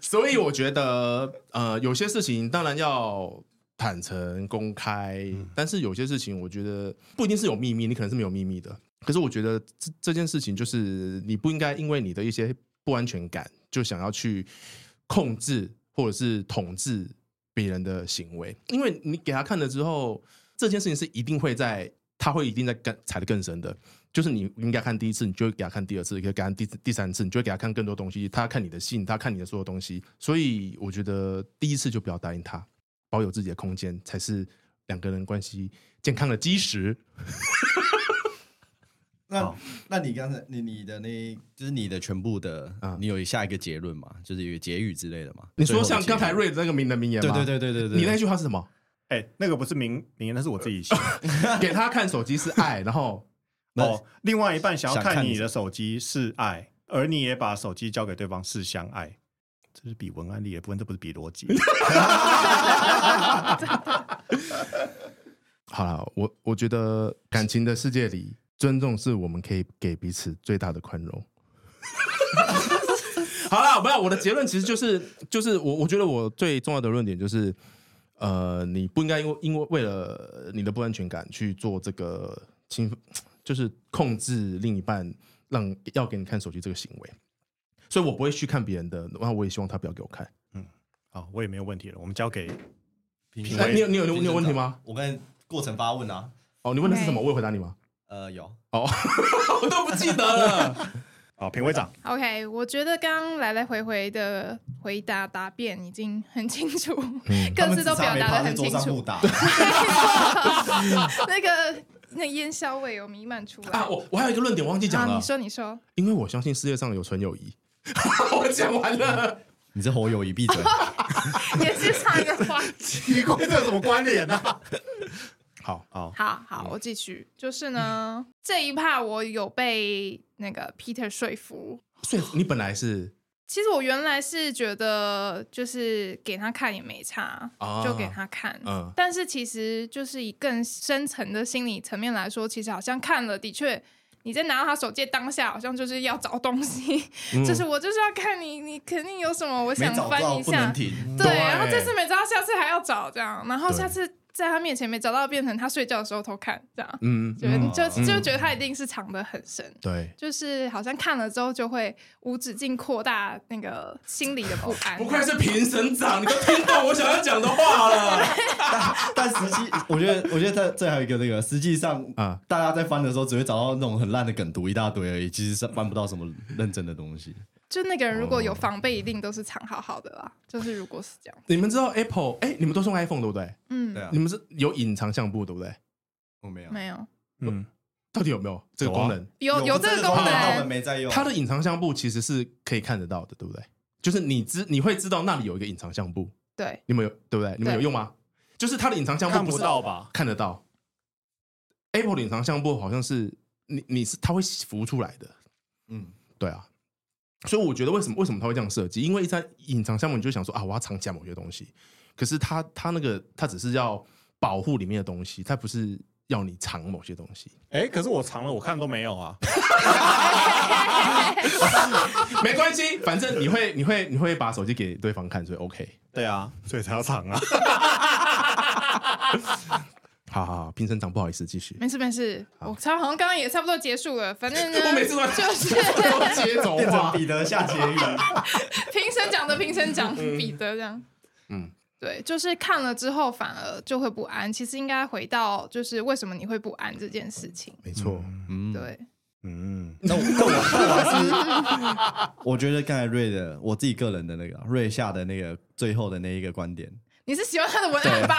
S2: 所以我觉得，呃，有些事情当然要坦诚公开，但是有些事情我觉得不一定是有秘密，你可能是没有秘密的。可是我觉得这这件事情就是你不应该因为你的一些不安全感，就想要去控制或者是统治别人的行为，因为你给他看了之后，这件事情是一定会在，他会一定在更踩得更深的。就是你应该看第一次，你就会给他看第二次，也可以给他看第第三次，你就会给他看更多东西。他看你的信，他看你的所有东西，所以我觉得第一次就不要答应他，保有自己的空间才是两个人关系健康的基石。
S6: 那
S3: 好
S6: 那你刚才你你的那就是你的全部的，
S2: 嗯
S6: 你有下一个结论嘛？就是有结语之类的嘛？
S2: 你说
S6: 最后
S2: 像
S6: 的结
S2: 刚才
S6: 语
S2: 瑞的那个名的名言
S6: 对
S2: 吗？
S6: 对对对对对，
S2: 你那句话是什么？ <laughs>
S3: 哎、那个不是名名言，那是我自己写。 <laughs>
S2: 给他看手机是爱，然后
S3: 哦，另外一半想要
S6: 想看
S3: 看
S6: 你
S3: 你的手机是爱，而你也把手机交给对方是相爱。这是比文案力的部分，这不是比逻 <laughs> 辑。
S2: 好了，我我觉得感情的世界里，尊重是我们可以给彼此最大的宽容。 <laughs> 好了，没有，我的结论其实就是就是我我觉得我最重要的论点就是，呃，你不应该因为因为为了呃你的不安全感去做这个侵，就是控制另一半让要给你看手机这个行为。所以我不会去看别人的，然后我也希望他不要给我看。
S3: 好，我也没有问题了，我们交给
S6: 评
S2: 哎你有你有你有问题吗？
S6: 我跟过程发问啊，
S2: 哦，你问的是什么？我也回答你吗？
S6: 呃，有
S2: 我都不记得了。
S3: 啊评委长。
S5: <laughs> OK，我觉得刚刚来来回回的回答答辩已经很清楚，各自都表达的很清
S4: <laughs>
S5: 楚。
S4: 打，
S5: <laughs> 那个那烟硝味有弥漫出来。
S2: 啊，我我还有一个论点忘记讲
S5: 啊
S2: 了
S5: 你，说你说，
S2: 因为我相信世界上有纯友谊。 <laughs> 我讲完了，
S6: 你这侯友谊
S5: <laughs>
S6: 闭嘴。
S5: 也是上一个
S2: <laughs>
S5: 话题。
S3: 你跟这有什么关联呢、啊
S2: 好，
S3: 好，
S5: 好好，我继续，就是呢，这一趴我有被那个 Peter 说服。
S2: 所以你本来是
S5: 其实我原来是觉得，就是给他看也没差，
S2: 啊
S5: 就给他看。
S2: 嗯
S5: 但是其实就是以更深层的心理层面来说，其实好像看了，的确，你在拿到他手机的当下，好像就是要找东西，
S2: 嗯
S5: 就是我就是要看你，你肯定有什么，我想翻一下。 <laughs>
S6: 停。
S5: 对，然后这次没找到，下次还要找这样，然后下次在他面前没找到，变成他睡觉的时候偷看这样，
S2: 嗯，
S5: 觉得就就觉得他一定是藏得很深。
S2: 对，
S5: 就是好像看了之后就会无止境扩大那个心理的不安，
S2: 不愧是评审长，你都听懂我想要讲的话了
S4: 但实际
S6: 我觉得，我觉得这这还有一个那个，实际上
S2: <laughs> 啊
S6: 啊，大家在翻的时候只会找到那种很烂的梗，读一大堆而已，其实是翻不到什么认真的东西。
S5: 就那个人如果有防备，一定都是藏好好的啦。就是如果是这样，
S2: 你们知道 Apple？哎，你们都是用 iPhone 对不对？
S5: 嗯，
S6: 啊
S2: 你们是有隐藏相簿对不对？
S6: 我
S4: 啊
S6: 没有
S5: 没有
S3: <laughs> 嗯，
S2: 到底有没有啊这个
S6: 有啊
S2: 功能？
S5: 有有这个功
S6: 但我们
S5: 能，
S6: 没在用。
S2: 它的隐藏相簿其实是可以看得到的，对不对？就是你知你会知道那里有一个隐藏相簿，
S5: 对，
S2: 你们有对不对？你们有用吗？就是它的隐藏相簿
S3: 看
S2: 不
S3: 不
S2: 是
S3: 到吧？
S2: 看得到。Apple 的隐藏相簿好像是你你是它会浮出来的，
S6: 嗯，
S2: 对啊。所以我觉得为什么为什么它会这样设计？因为一在隐藏项目你就想说啊，我要藏起来某些东西，可是它它那个它只是要保护里面的东西，它不是要你藏某些东西。
S3: 哎、可是我藏了，我看都没有啊。
S2: 没关系，反正你会你会你会把手机给对方看，所以 OK。
S3: 对啊， <laughs> 所以才要藏啊。
S2: 好好好，评审长不好意思，继续。
S5: 没事没事，我差好像刚刚也差不多结束了，反正呢，
S2: <laughs> 我每次都
S5: 就是
S2: 都接走
S4: 变成
S2: 话，
S4: 彼得下结
S3: <laughs>
S4: 语，
S5: 评审长的评审长彼得这样。
S2: 嗯
S5: 嗯，对，就是看了之后反而就会不安。其实应该回到就是为什么你会不安这件事情。
S2: 没错。
S6: 嗯，
S5: 对，
S3: 嗯，
S6: 那我那我那我还是，我觉得刚才瑞的我自己个人的那个瑞下的那个最后的那一个观点，
S5: 你是喜欢他的文案吧？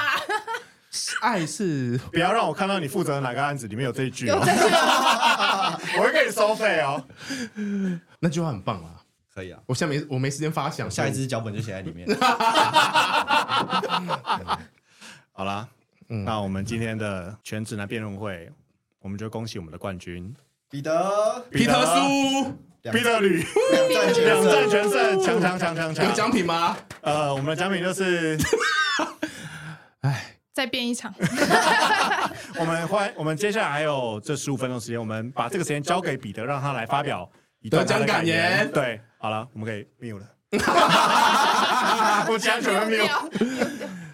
S2: 爱是
S3: 不要让我看到你负责哪个案子里面有这一句
S5: 有
S2: 啊
S3: 哦，
S5: 这句吗
S3: 我会给你收费哦。
S2: 那句话很棒啊！
S6: 可以啊。
S2: 我现在没我没时间发想，
S6: 下一支脚本就写在
S3: <laughs>
S6: 里面。
S3: <laughs> 好啦，那我们今天的全指南辩论会，我们就恭喜我们的冠军
S4: 彼得
S2: 皮特叔
S3: 彼得吕
S4: 两战全
S3: 两战
S4: 胜，
S3: 全胜，强强强强
S2: 有
S3: 强。
S2: 奖品吗？
S3: 呃，我们的奖品就是
S5: 再编
S2: <laughs>
S5: 一场，
S3: 我们欢，我们接下来还有这十五分钟时间，我们把这个时间交给彼得，让他来发表一段他的
S2: 得奖感言
S3: 言。对，好了，我们可以 mute <laughs> 了。我讲什么 mute？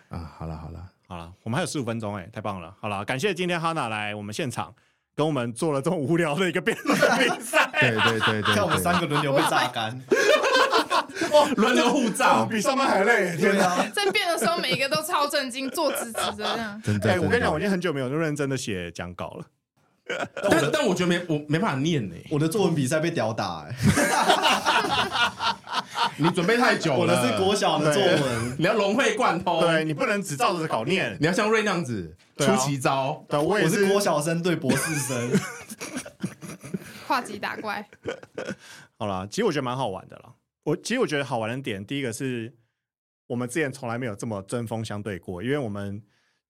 S2: 啊，好了好了，
S3: 好了，我们还有十五分钟，哎，太棒了！好了，感谢今天哈娜来我们现场跟我们做了这么无聊的一个辩论比 <laughs>
S2: 对
S3: 赛，
S2: 对对对
S4: 看我们
S2: 对，
S4: 三个轮流被榨干，
S5: 啊
S2: 轮流互照，
S3: 比上班还累，天
S4: 对
S3: 哪！
S4: 啊，
S5: 在变的时候，每一个都超震惊，坐直直的这
S2: <laughs>
S5: 样。
S2: 真的。
S3: 哎，我跟你讲，我
S2: 真的
S3: 已经很久没有那么认真的写讲稿了。
S2: 但但我觉得没我没办法念呢，
S4: 我的作文比赛被屌打，哎，
S2: 你准备太久了。
S4: 我的是国小的作文，
S2: 你要融会贯通，
S3: 对，你不能只照着稿念。
S2: 你要像瑞那样子
S3: 对
S2: 出
S3: 啊
S2: 奇招。
S3: 对，我也
S4: 我
S3: 是
S4: 是国小生对博士生，
S5: 跨级打怪，
S3: 好啦，其实我觉得蛮好玩的啦。我其实我觉得好玩的点，第一个是我们之前从来没有这么针锋相对过，因为我们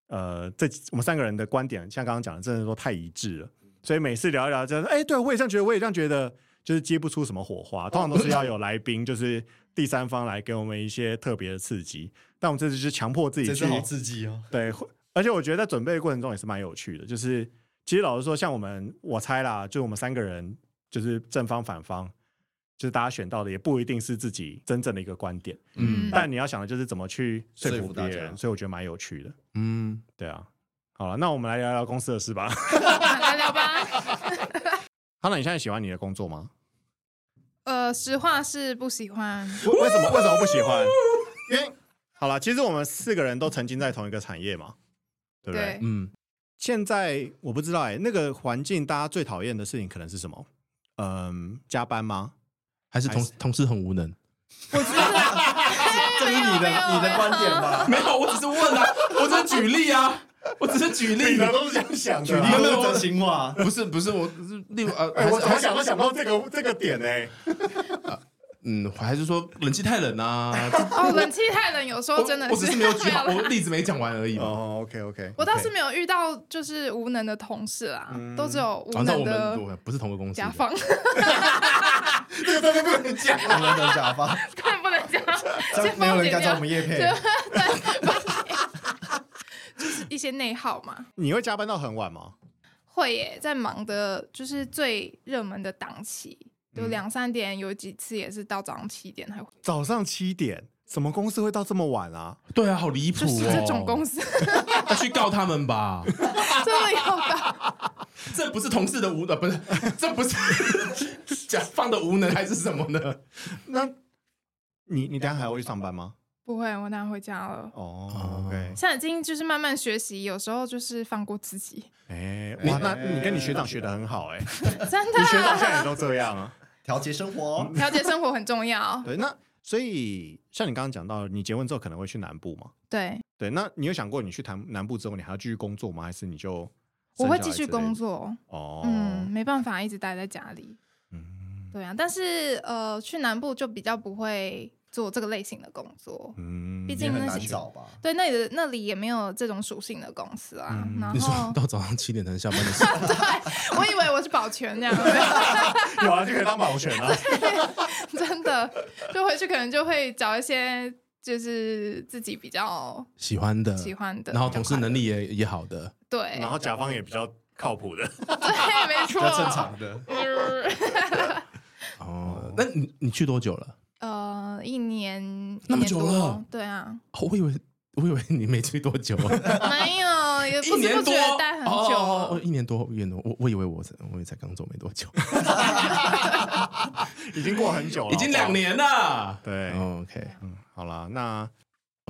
S3: 呃，这我们三个人的观点，像刚刚讲的，真的都太一致了，
S4: 嗯
S3: 所以每次聊一聊，真的，哎、对我也这样觉得，我也这样觉得，就是接不出什么火花。通常都是要有来宾，就是第三方来给我们一些特别的刺激。但我们这次是强迫自己
S4: 真
S3: 去
S4: 是好刺激哦！
S3: 对，会而且我觉得在准备的过程中也是蛮有趣的，就是其实老实说，像我们我猜啦，就我们三个人就是正方反方，就是大家选到的也不一定是自己真正的一个观点，
S5: 嗯，
S3: 但你要想的就是怎么去说
S4: 说
S3: 服
S4: 服
S3: 别
S4: 大
S3: 人，
S4: 家
S3: 所以我觉得蛮有趣的。
S2: 嗯，
S3: 对啊，好了，那我们来聊聊公司的事吧。
S5: 来聊吧。
S2: <laughs>
S3: 哈娜，你现在喜欢你的工作吗？
S5: 呃，实话是不喜欢，
S3: 为为什么为什么不喜欢？因为好了，其实我们四个人都曾经在同一个产业嘛，对不对？
S5: 对，
S2: 嗯，
S3: 现在我不知道哎、那个环境大家最讨厌的事情可能是什么？嗯，加班吗？
S2: 还是同
S3: 还是
S2: 同事很无能。
S4: 这是你的你的观点吧？
S2: 没有，我只是问啊，我只是举例啊，我只是举例。
S1: 都是这样想
S4: 举例
S2: 啊
S4: 都是真心话，
S2: 不是不是，我是例如呃，
S1: 哎，
S2: 还是
S1: 我怎么想都想不到这个这个点呢、欸
S2: 嗯，还是说冷气太冷 <laughs> 啊？这
S5: 哦，冷气太冷，有时候真的
S2: 我我只是 <laughs> 没有举好，
S5: 没有
S2: 我
S5: 啦
S2: 例子没讲完而已嘛。
S3: 哦，OK OK，
S5: 我倒是没有遇到就是无能的同事啦，都只有无
S2: 啊，那
S5: 能
S2: 我们
S5: 的
S2: 我们不是同个公司
S5: 甲
S2: 的，
S5: 方，
S1: 这个真的不能讲。
S4: 我们的甲方，
S5: <laughs> 看不能讲，
S4: 这
S5: 先
S4: 样没
S5: 帮
S4: 有
S5: 我
S4: 人
S5: 剪
S4: 敢找我
S5: 掉
S4: 们叶配，
S5: 一些内耗嘛。
S3: 你会加班到很晚吗？
S5: 会耶，在忙的就是最热门的档期，
S3: 嗯
S5: 就两三点，有几次也是到早上七点还会，
S3: 早上七点，什么公司会到这么晚啊？
S2: 对啊，好离谱
S5: 就是这种公
S2: 哦！
S3: <laughs>
S5: 司
S2: 要去告他们吧，
S5: 真的要到。
S2: 这不是同事的无呃能，不是，这不是甲方的无能还是什么呢？
S3: 那你你等一下还会去上班吗？
S5: 不会，我拿回家了。
S3: 哦，OK，
S5: 现在已经就是慢慢学习，有时候就是放过自
S3: <laughs>
S5: 己，
S3: 哎，哇，那你跟你学长学的很
S1: 欸
S3: 好哎， <laughs> 你
S5: 真
S3: 学长现
S5: 的。
S3: 在也都这
S1: <laughs>
S3: 样啊？
S4: 调节生活。哦
S5: 调节生活很重要，
S3: 对，那所以像你刚刚讲到，你结婚之后可能会去南部嘛？
S5: 对，
S3: 对，那你有想过你去南南部之后，你还要继续工作吗？还是你就
S5: 我
S3: 生
S5: 会
S3: 小
S5: 继
S3: 孩
S5: 续
S3: 之类的
S5: 工？作，
S3: 哦，
S5: 嗯，没办法一直待在家里，
S3: 嗯
S5: 对啊，但是呃，去南部就比较不会做这个类型的工作，
S3: 嗯
S5: 毕
S4: 也
S5: 竟
S4: 很
S5: 那
S4: 难
S5: 些
S4: 找吧？
S5: 对，那里的那里也没有这种属性的公司啊。
S3: 嗯
S5: 然
S2: 你说
S5: 后，
S2: 到早上七点才下班的时候，
S5: <laughs> 对，我以为我是保全那样，
S3: 有啊，就可以当保全啊。
S5: <laughs> 真的，就回去可能就会找一些就是自己比较
S2: 喜欢的，
S5: 喜欢的，
S2: 嗯然后同事能
S5: 力
S2: 力也也好的，哦
S3: <laughs>
S5: 对，
S3: 然后甲方也比较靠谱的，
S5: 对，没
S4: 比
S5: 错，
S4: 较正常的，
S2: 哦，那你你去多久了？
S5: <laughs> 呃，一年
S2: 那么
S5: 一年
S2: 久
S5: 多
S2: 了
S5: 对啊，
S2: 哦我以为我以为你没去多久啊，
S5: 没有，
S2: <laughs>
S5: 也
S2: 一
S5: 不知
S2: 年
S5: 不
S2: 多
S5: 觉待很久啊
S2: 哦哦哦
S5: 了
S2: 一年多，一年多，我我以为我才我也才刚走没多久，
S3: 已经过很久了，
S2: 已经两。年了。
S3: 对，
S2: 哦 OK，
S3: 嗯，好了，那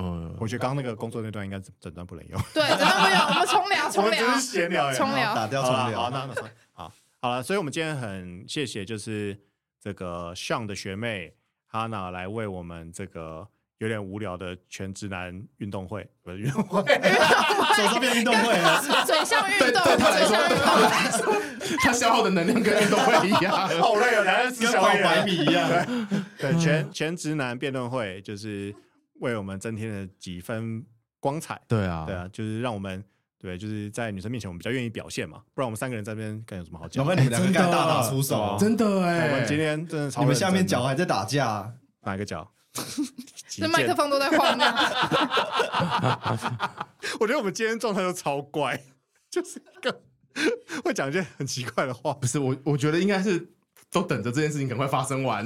S2: 嗯，
S3: 我觉得刚刚那个工作那段应该整段不能用，
S5: 对，真的不有，我们重聊，重聊，
S3: 闲聊
S5: 重聊，
S4: 啊打掉重
S3: 好了，好，
S4: 聊。 <laughs>
S3: 那那好好好了，所以我们今天很谢谢就是这个 Sean 的学妹 Hana 来为我们这个有点无聊的全直男运动会，不是运动会，
S4: 什么时候变运动会了？
S5: 水象运
S2: 对
S5: 动，
S2: 对他来
S5: 水
S2: 说，
S5: 象
S2: 对
S5: 运
S2: 他
S5: 动，
S2: 来说，他消耗的能量跟运动会一 <laughs> 样。
S3: 好累哦，男人思
S4: 跟跑百米一样，
S3: 对，全全直男辩论会就是为我们增添了几分光彩。
S2: 对啊，
S3: 对啊，就是让我们对，就是在女生面前我们比较愿意表现嘛，不然我们三个人在那边干有什么好
S4: 要
S3: 讲
S4: 不？然你们两个敢大打出手？
S2: 真的哎。
S3: 我们今天真的超
S4: 你们下面
S3: 认真
S4: 脚
S3: 的
S4: 还在打架，
S3: 哪一个 <laughs> 脚？极
S5: 这麦
S3: 简
S5: 克，风都在晃呢。
S3: 我觉得我们今天状态都超怪， <laughs> 就是一个会讲一些很奇怪的话，
S2: 不是我，我觉得应该是都等着这件事情赶快发生 <laughs> 完。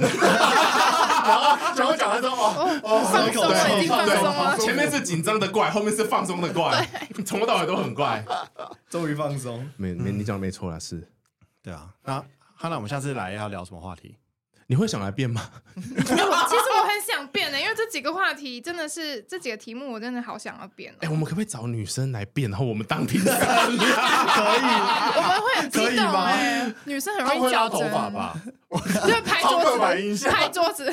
S1: 然后讲完之后，哦
S5: 哦，放松了，已经放松了。
S2: 前面是紧张的怪，后面是放松的怪， <laughs> 从头到尾都很怪。
S4: 终于放
S2: <laughs>
S4: 松。
S2: 没没，你讲的没错啦，是。
S3: 对啊。那哈娜，我们下次来要聊什么话题？
S2: 你会想来变吗？
S5: <laughs> 其实我很想变的、欸因为这几个话题真的是这几个题目，我真的好想要变、
S2: <laughs> 哎、
S5: 哦。
S2: 我们可不可以找女生来变，然后我们当 <laughs> 评审？可以，
S3: 哎
S5: 我们会
S3: <laughs>
S5: 很激
S4: 可以
S5: 动
S4: 吗
S5: 哎、女生很
S3: 他
S5: 容易
S3: 会
S5: 较
S3: 拉
S5: 真
S3: 头，发吧？
S5: <laughs> 就拍
S3: 超刻板
S5: 桌
S3: 印
S5: 子，
S3: 象
S5: 拍桌子，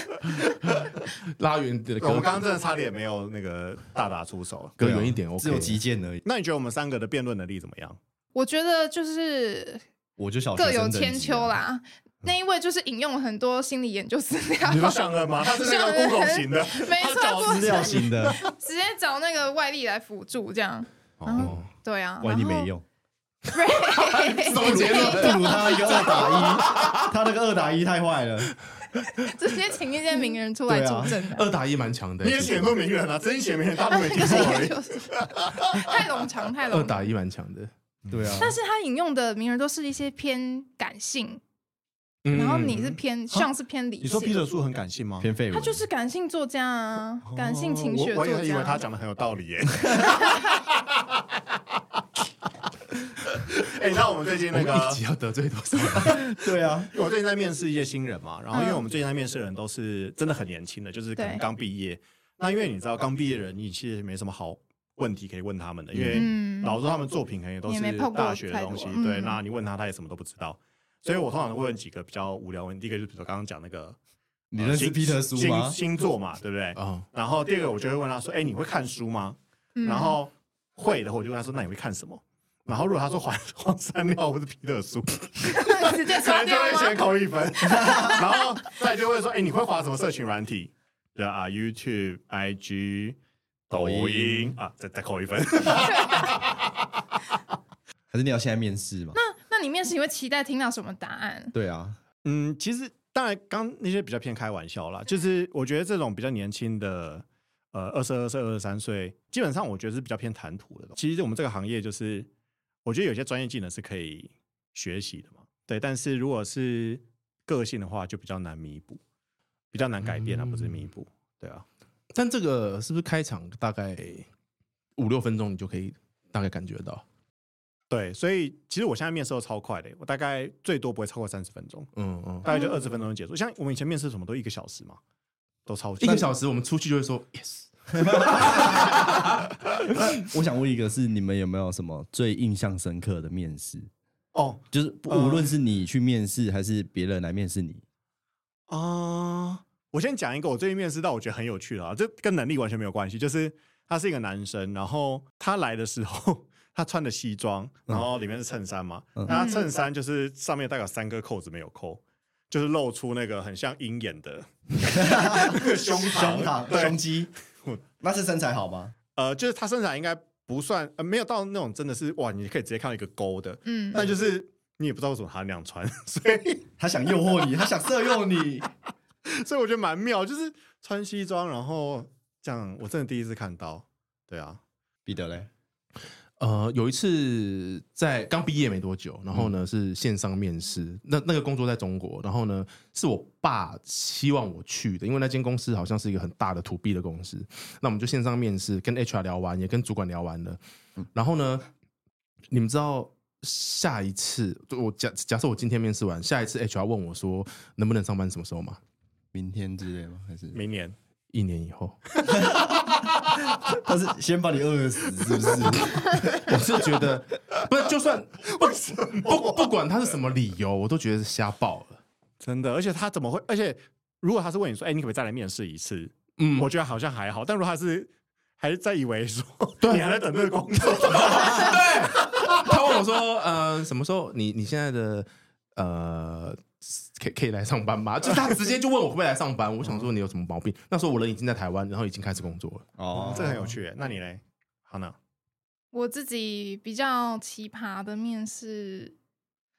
S2: 拉远的
S3: 我
S2: 隔
S3: 们刚刚真的差点没有那个大打出手。
S2: 隔远一点，OK。
S4: 只有击剑而已，
S3: 那你觉得我们三
S5: <laughs>
S3: 个的辩论能力怎么样？
S5: 我觉得就是
S4: 我就小学
S5: 各有
S4: 生等级啊
S5: 千秋。啦。那一位就是引用了很多心理研究资料，
S3: 你们想了吗？他是那个
S5: 想了
S3: Google 型的，
S5: <laughs> 没
S3: 他
S5: 错
S3: 找
S5: 不
S3: 资
S4: 料
S5: <laughs>
S4: 型的，
S5: 直接找那个外力来辅助这样。
S2: 哦
S5: 然后对啊，
S4: 万一没
S5: <laughs>
S4: 用，
S5: 然后，
S3: 么结论
S5: 啊
S4: 不如他一个二打一，他那个二打一太坏了。
S5: <laughs> 直接请一些名人出来
S4: 对
S5: 助
S4: 啊
S3: <laughs>
S5: 阵的。
S2: 二打一蛮强的、
S3: 你也写过名人啊，真写名人，大家都没听过而
S5: <laughs>
S3: 已。
S5: 就是
S3: <laughs>
S5: 太冗长，太
S2: 二
S5: 冗长。
S2: 打一蛮强的。
S4: 对啊，
S5: 但是他引用的名人都是一些偏感性，
S2: 嗯
S5: 然后你是
S3: 啊
S5: 偏像是偏理
S7: 你说
S5: 性，
S7: Peter 叔很感性吗？
S4: 偏废物。
S5: 他就是感性作家啊，感性情
S3: 我
S5: 绪的
S3: 哦我
S5: 作
S3: 也以为他
S5: 家。
S3: 讲的很有道理耶。 <laughs> 哎，那我们最近
S2: 我
S3: 那
S2: 们
S3: 个
S2: 一集要得罪多少人？ <laughs>
S7: 对啊，
S5: <laughs>
S3: 因为我最近在面试一些新人嘛，然后因为
S5: 嗯
S3: 我们最近在面试的人都是真的很年轻的，就是可能
S5: 对
S3: 刚毕业。那因为你知道，刚毕业的人你其实没什么好问题可以问他们的，因为
S5: 嗯
S3: 老实说他们作品可能也都
S5: 也没
S3: 是
S5: 碰过
S3: 大学的东西
S5: 太，多
S3: 对。
S5: 嗯
S3: 那你问他，他也什么都不知道。所以我通常会问几个比较无聊的问题，第一个就是比如说刚刚讲那个，
S4: 你
S3: 呃
S4: 认识
S3: 星
S4: Peter 叔
S3: 星
S4: 吗？
S3: 星座嘛，对不对？
S2: 啊，
S3: 然后第二个我就会问他说：“哎，你会看书吗？”
S5: 嗯 <laughs>
S3: 然后会的话，我就问他说：“那你会看什么？”然后如果他说黄黄山料或是皮特书，
S5: 直接
S3: 可
S5: 刷
S3: 能就
S5: 掉
S3: 会先 <laughs>
S5: 吗？
S3: 扣一分，然后再就会说，哎、你会滑什么社群软体？对啊，YouTube、IG、抖
S4: 抖
S3: 音
S4: 音
S3: 啊，再再扣一分。
S4: 还是你要现在面试嘛？
S5: 那你面试你会期待听到什么答案？
S4: 对啊，
S3: 嗯，其实当然，刚那些比较偏开玩笑啦，就是我觉得这种比较年轻的，呃，二十二岁、二十三岁，基本上我觉得是比较偏谈吐的东西。其实我们这个行业就是，我觉得有些专业技能是可以学习的嘛，对。但是如果是个性的话，就比较难弥补，比较难改变啊，不是弥
S2: 嗯
S3: 补，对啊。
S2: 但这个是不是开场大概五六分钟你就可以大概感觉到？
S3: 对，所以其实我现在面试都超快的，我大概最多不会超过三十分钟，
S2: 嗯嗯，
S3: 大概就二十分钟就结束。像我们以前面试什么都一个小时嘛，都超级
S2: 一个小时我们出去就会说 yes。
S4: 我想问一个是你们有没有什么最印象深刻的面试？
S3: 哦
S4: 就是不
S3: 呃
S4: 无论是你去面试还是别人来面试你，
S3: 啊、我先讲一个我最近面试到我觉得很有趣的啊，这跟能力完全没有关系，就是他是一个男生，然后他来的时候 <laughs> 他穿的西装，然后里面是衬衫嘛，
S4: 嗯
S3: 那他衬衫就是上面大概有三个扣子没有扣。就是露出那个很像鹰眼的胸
S8: 胸膛、
S3: 对
S8: 胸肌，啊 <laughs> 那是身材好吗？
S3: 呃，就是他身材应该不算，呃，没有到那种真的是哇，你可以直接看到一个沟的，
S5: 嗯，
S3: 但就是你也不知道为什么他那样穿， <laughs> 所以
S8: 他想诱惑你，他想色诱你，
S3: 所以我觉得蛮妙，就是穿西装然后这样，我真的第一次看到，对啊，
S8: 彼得嘞？
S2: 呃，有一次在刚毕业没多久，然后呢是线上面试，那那个工作在中国，然后呢是我爸希望我去的，因为那间公司好像是一个很大的 to B 的公司，那我们就线上面试，跟 HR 聊完，也跟主管聊完了，然后呢，你们知道下一次我假假设我今天面试完，下一次 HR 问我说能不能上班什么时候吗？
S4: 明天之类吗？还是
S3: 明年
S2: 一年以后，
S4: <laughs> 他是先把你饿死是不是？ <laughs>
S2: 我是觉得不是，就算不不不管他是什么理由，我都觉得是瞎报了。
S3: 真的，而且他怎么会？而且如果他是问你说，哎、你可不可以再来面试一次？
S2: 嗯，
S3: 我觉得好像还好，但如果他是还是在以为说
S2: 对
S3: 你还在等这个工作，
S2: 他问我说：“呃，什么时候你你现在的呃，可以可以来上班吗？”就是 <laughs> 他直接就问我会不会来上班。我想说你有什么毛病？那时候我人已经在台湾，然后已经开始工作了。
S4: 哦，
S3: 这个很有趣耶。欸那你嘞？好呢？
S5: 我自己比较奇葩的面试，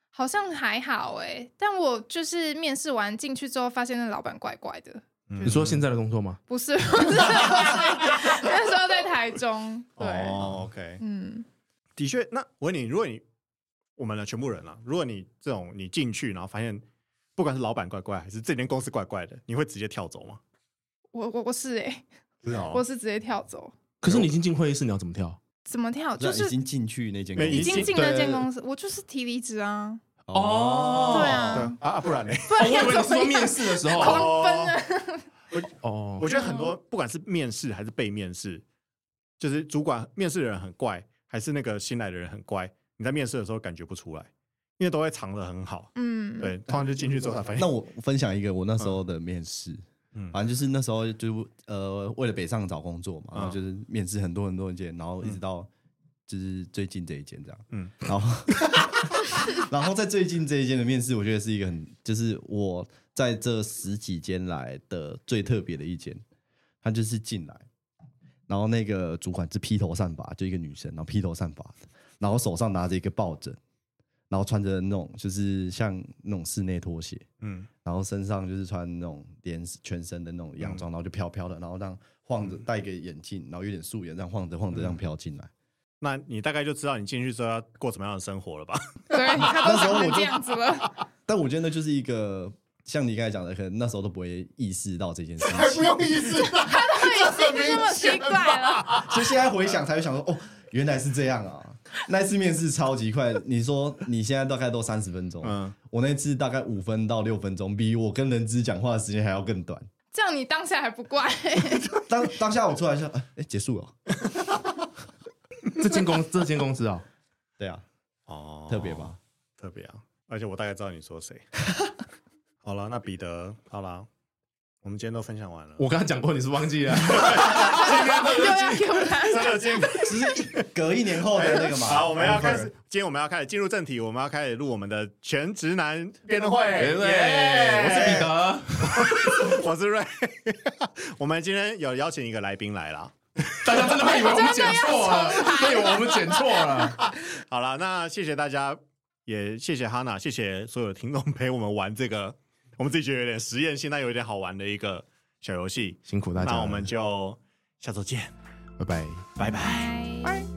S5: 好像还好哎、但我就是面试完进去之后，发现那老板怪怪的。
S3: 嗯
S2: 你说现在的工作吗？
S5: 不是， <laughs> 不是，不是那时候在台中，对，
S3: 哦，OK，
S5: 嗯，
S3: 的确，那我问你，如果你我们的全部人啊，如果你这种你进去然后发现，不管是老板怪怪还是这间公司怪怪的，你会直接跳走吗？
S5: 我我我是哎、
S3: 是
S2: 啊
S3: 哦
S5: 我是直接跳走，
S2: 可是你已经进会议室，你要怎么跳？
S5: 怎么跳？
S4: 就
S5: 就
S4: 已
S5: 是是
S4: 经进去那间
S3: 没
S4: 公司
S5: 已
S3: 已
S5: 经
S3: 经
S5: 进那
S2: 对
S5: 间公司，我就是提离职啊，
S2: 哦
S5: 对
S3: 对
S5: 啊，
S3: 啊啊，不然呢？
S5: 不
S2: <laughs> 哦我
S5: 然
S2: 以为
S5: 要
S2: 你
S5: 怎
S2: 说
S5: 么
S2: 面
S5: 样？
S2: 试的 <laughs> 时候。
S5: 狂奔啊！
S2: 哦
S3: 我，觉得很多不管是面试还是被面试，就是主管面试的人很怪，还是那个新来的人很怪，你在面试的时候感觉不出来，因为都会藏的很好。
S5: 嗯，
S3: 对，通常就进去之后才发现。
S4: 那我分享一个我那时候的面试，
S3: 嗯
S4: 反正就是那时候就呃为了北上找工作嘛，然后就是面试很多很多间，然后一直到就是最近这一间这样，
S3: 嗯
S4: 嗯，然后然后在最近这一间的面试，我觉得是一个很，就是我在这十几间来的最特别的一间。他就是进来，然后那个主管是披头散发，就一个女生，然后披头散发的，然后手上拿着一个抱枕，然后穿着那种就是像那种室内拖鞋，
S3: 嗯，
S4: 然后身上就是穿那种连全身的那种洋
S3: 嗯
S4: 装，然后就飘飘的，然后让晃着戴一个眼镜，然后有点素颜，这样晃着晃着这样
S3: 嗯
S4: 飘进来。
S3: 那你大概就知道你进去之后要过怎么样的生活了吧？
S4: <laughs>
S5: 对他都
S4: 那时候
S5: 长
S4: 我
S5: 成
S4: 就
S5: 这样子了，
S4: 但我觉得那就是一个像你刚才讲的，可能那时候都不会意识到这件事
S3: <laughs>
S4: 情，
S9: 不用意思啦，
S5: 对，已经这么奇
S4: <laughs>
S5: 怪了。
S4: 所以现在回想才会想说，哦，原来是这样啊！那一次面试超级快，你说你现在大概都三十分钟，
S3: 嗯
S4: 我那次大概五分到六分钟，比我跟人资讲话的时间还要更短。
S5: 这样你当下还不
S4: <laughs>
S5: 怪， <laughs>
S4: 当当下我出来就，哎、哎结束了。
S2: 这间公这间公司啊，
S4: 对啊，
S3: 哦，
S4: 特别吧？
S3: 特别啊！而且我大概知道你说谁。好了，那彼得，好了，我们今天都分享完了。
S2: 我刚刚讲过，你是忘 <laughs> 记了。
S5: 又要给
S4: <laughs>
S5: 我他。
S3: 真的进入
S4: 只是隔一年后的那个嘛。
S3: <laughs> 好，我们要开
S2: 哎
S3: 始，今天我们要开始进入正题，我们要开始录我们的全直男辩论会。
S2: 对不对，
S3: 耶
S2: 我是彼，得。
S3: 我是瑞。 <laughs> 我们今天有邀请一个来宾来啦。
S2: 大家真的会以为我们剪错 <laughs> 了，会以为我们剪错了。
S3: 好了，那谢谢大家，也谢谢哈娜，谢谢所有的听众陪我们玩这个，我们自己觉得有点实验性，但有一点好玩的一个小游戏。
S2: 辛苦大家了，
S3: 那我们就下周见，
S2: 拜拜。
S3: 拜拜。
S5: 拜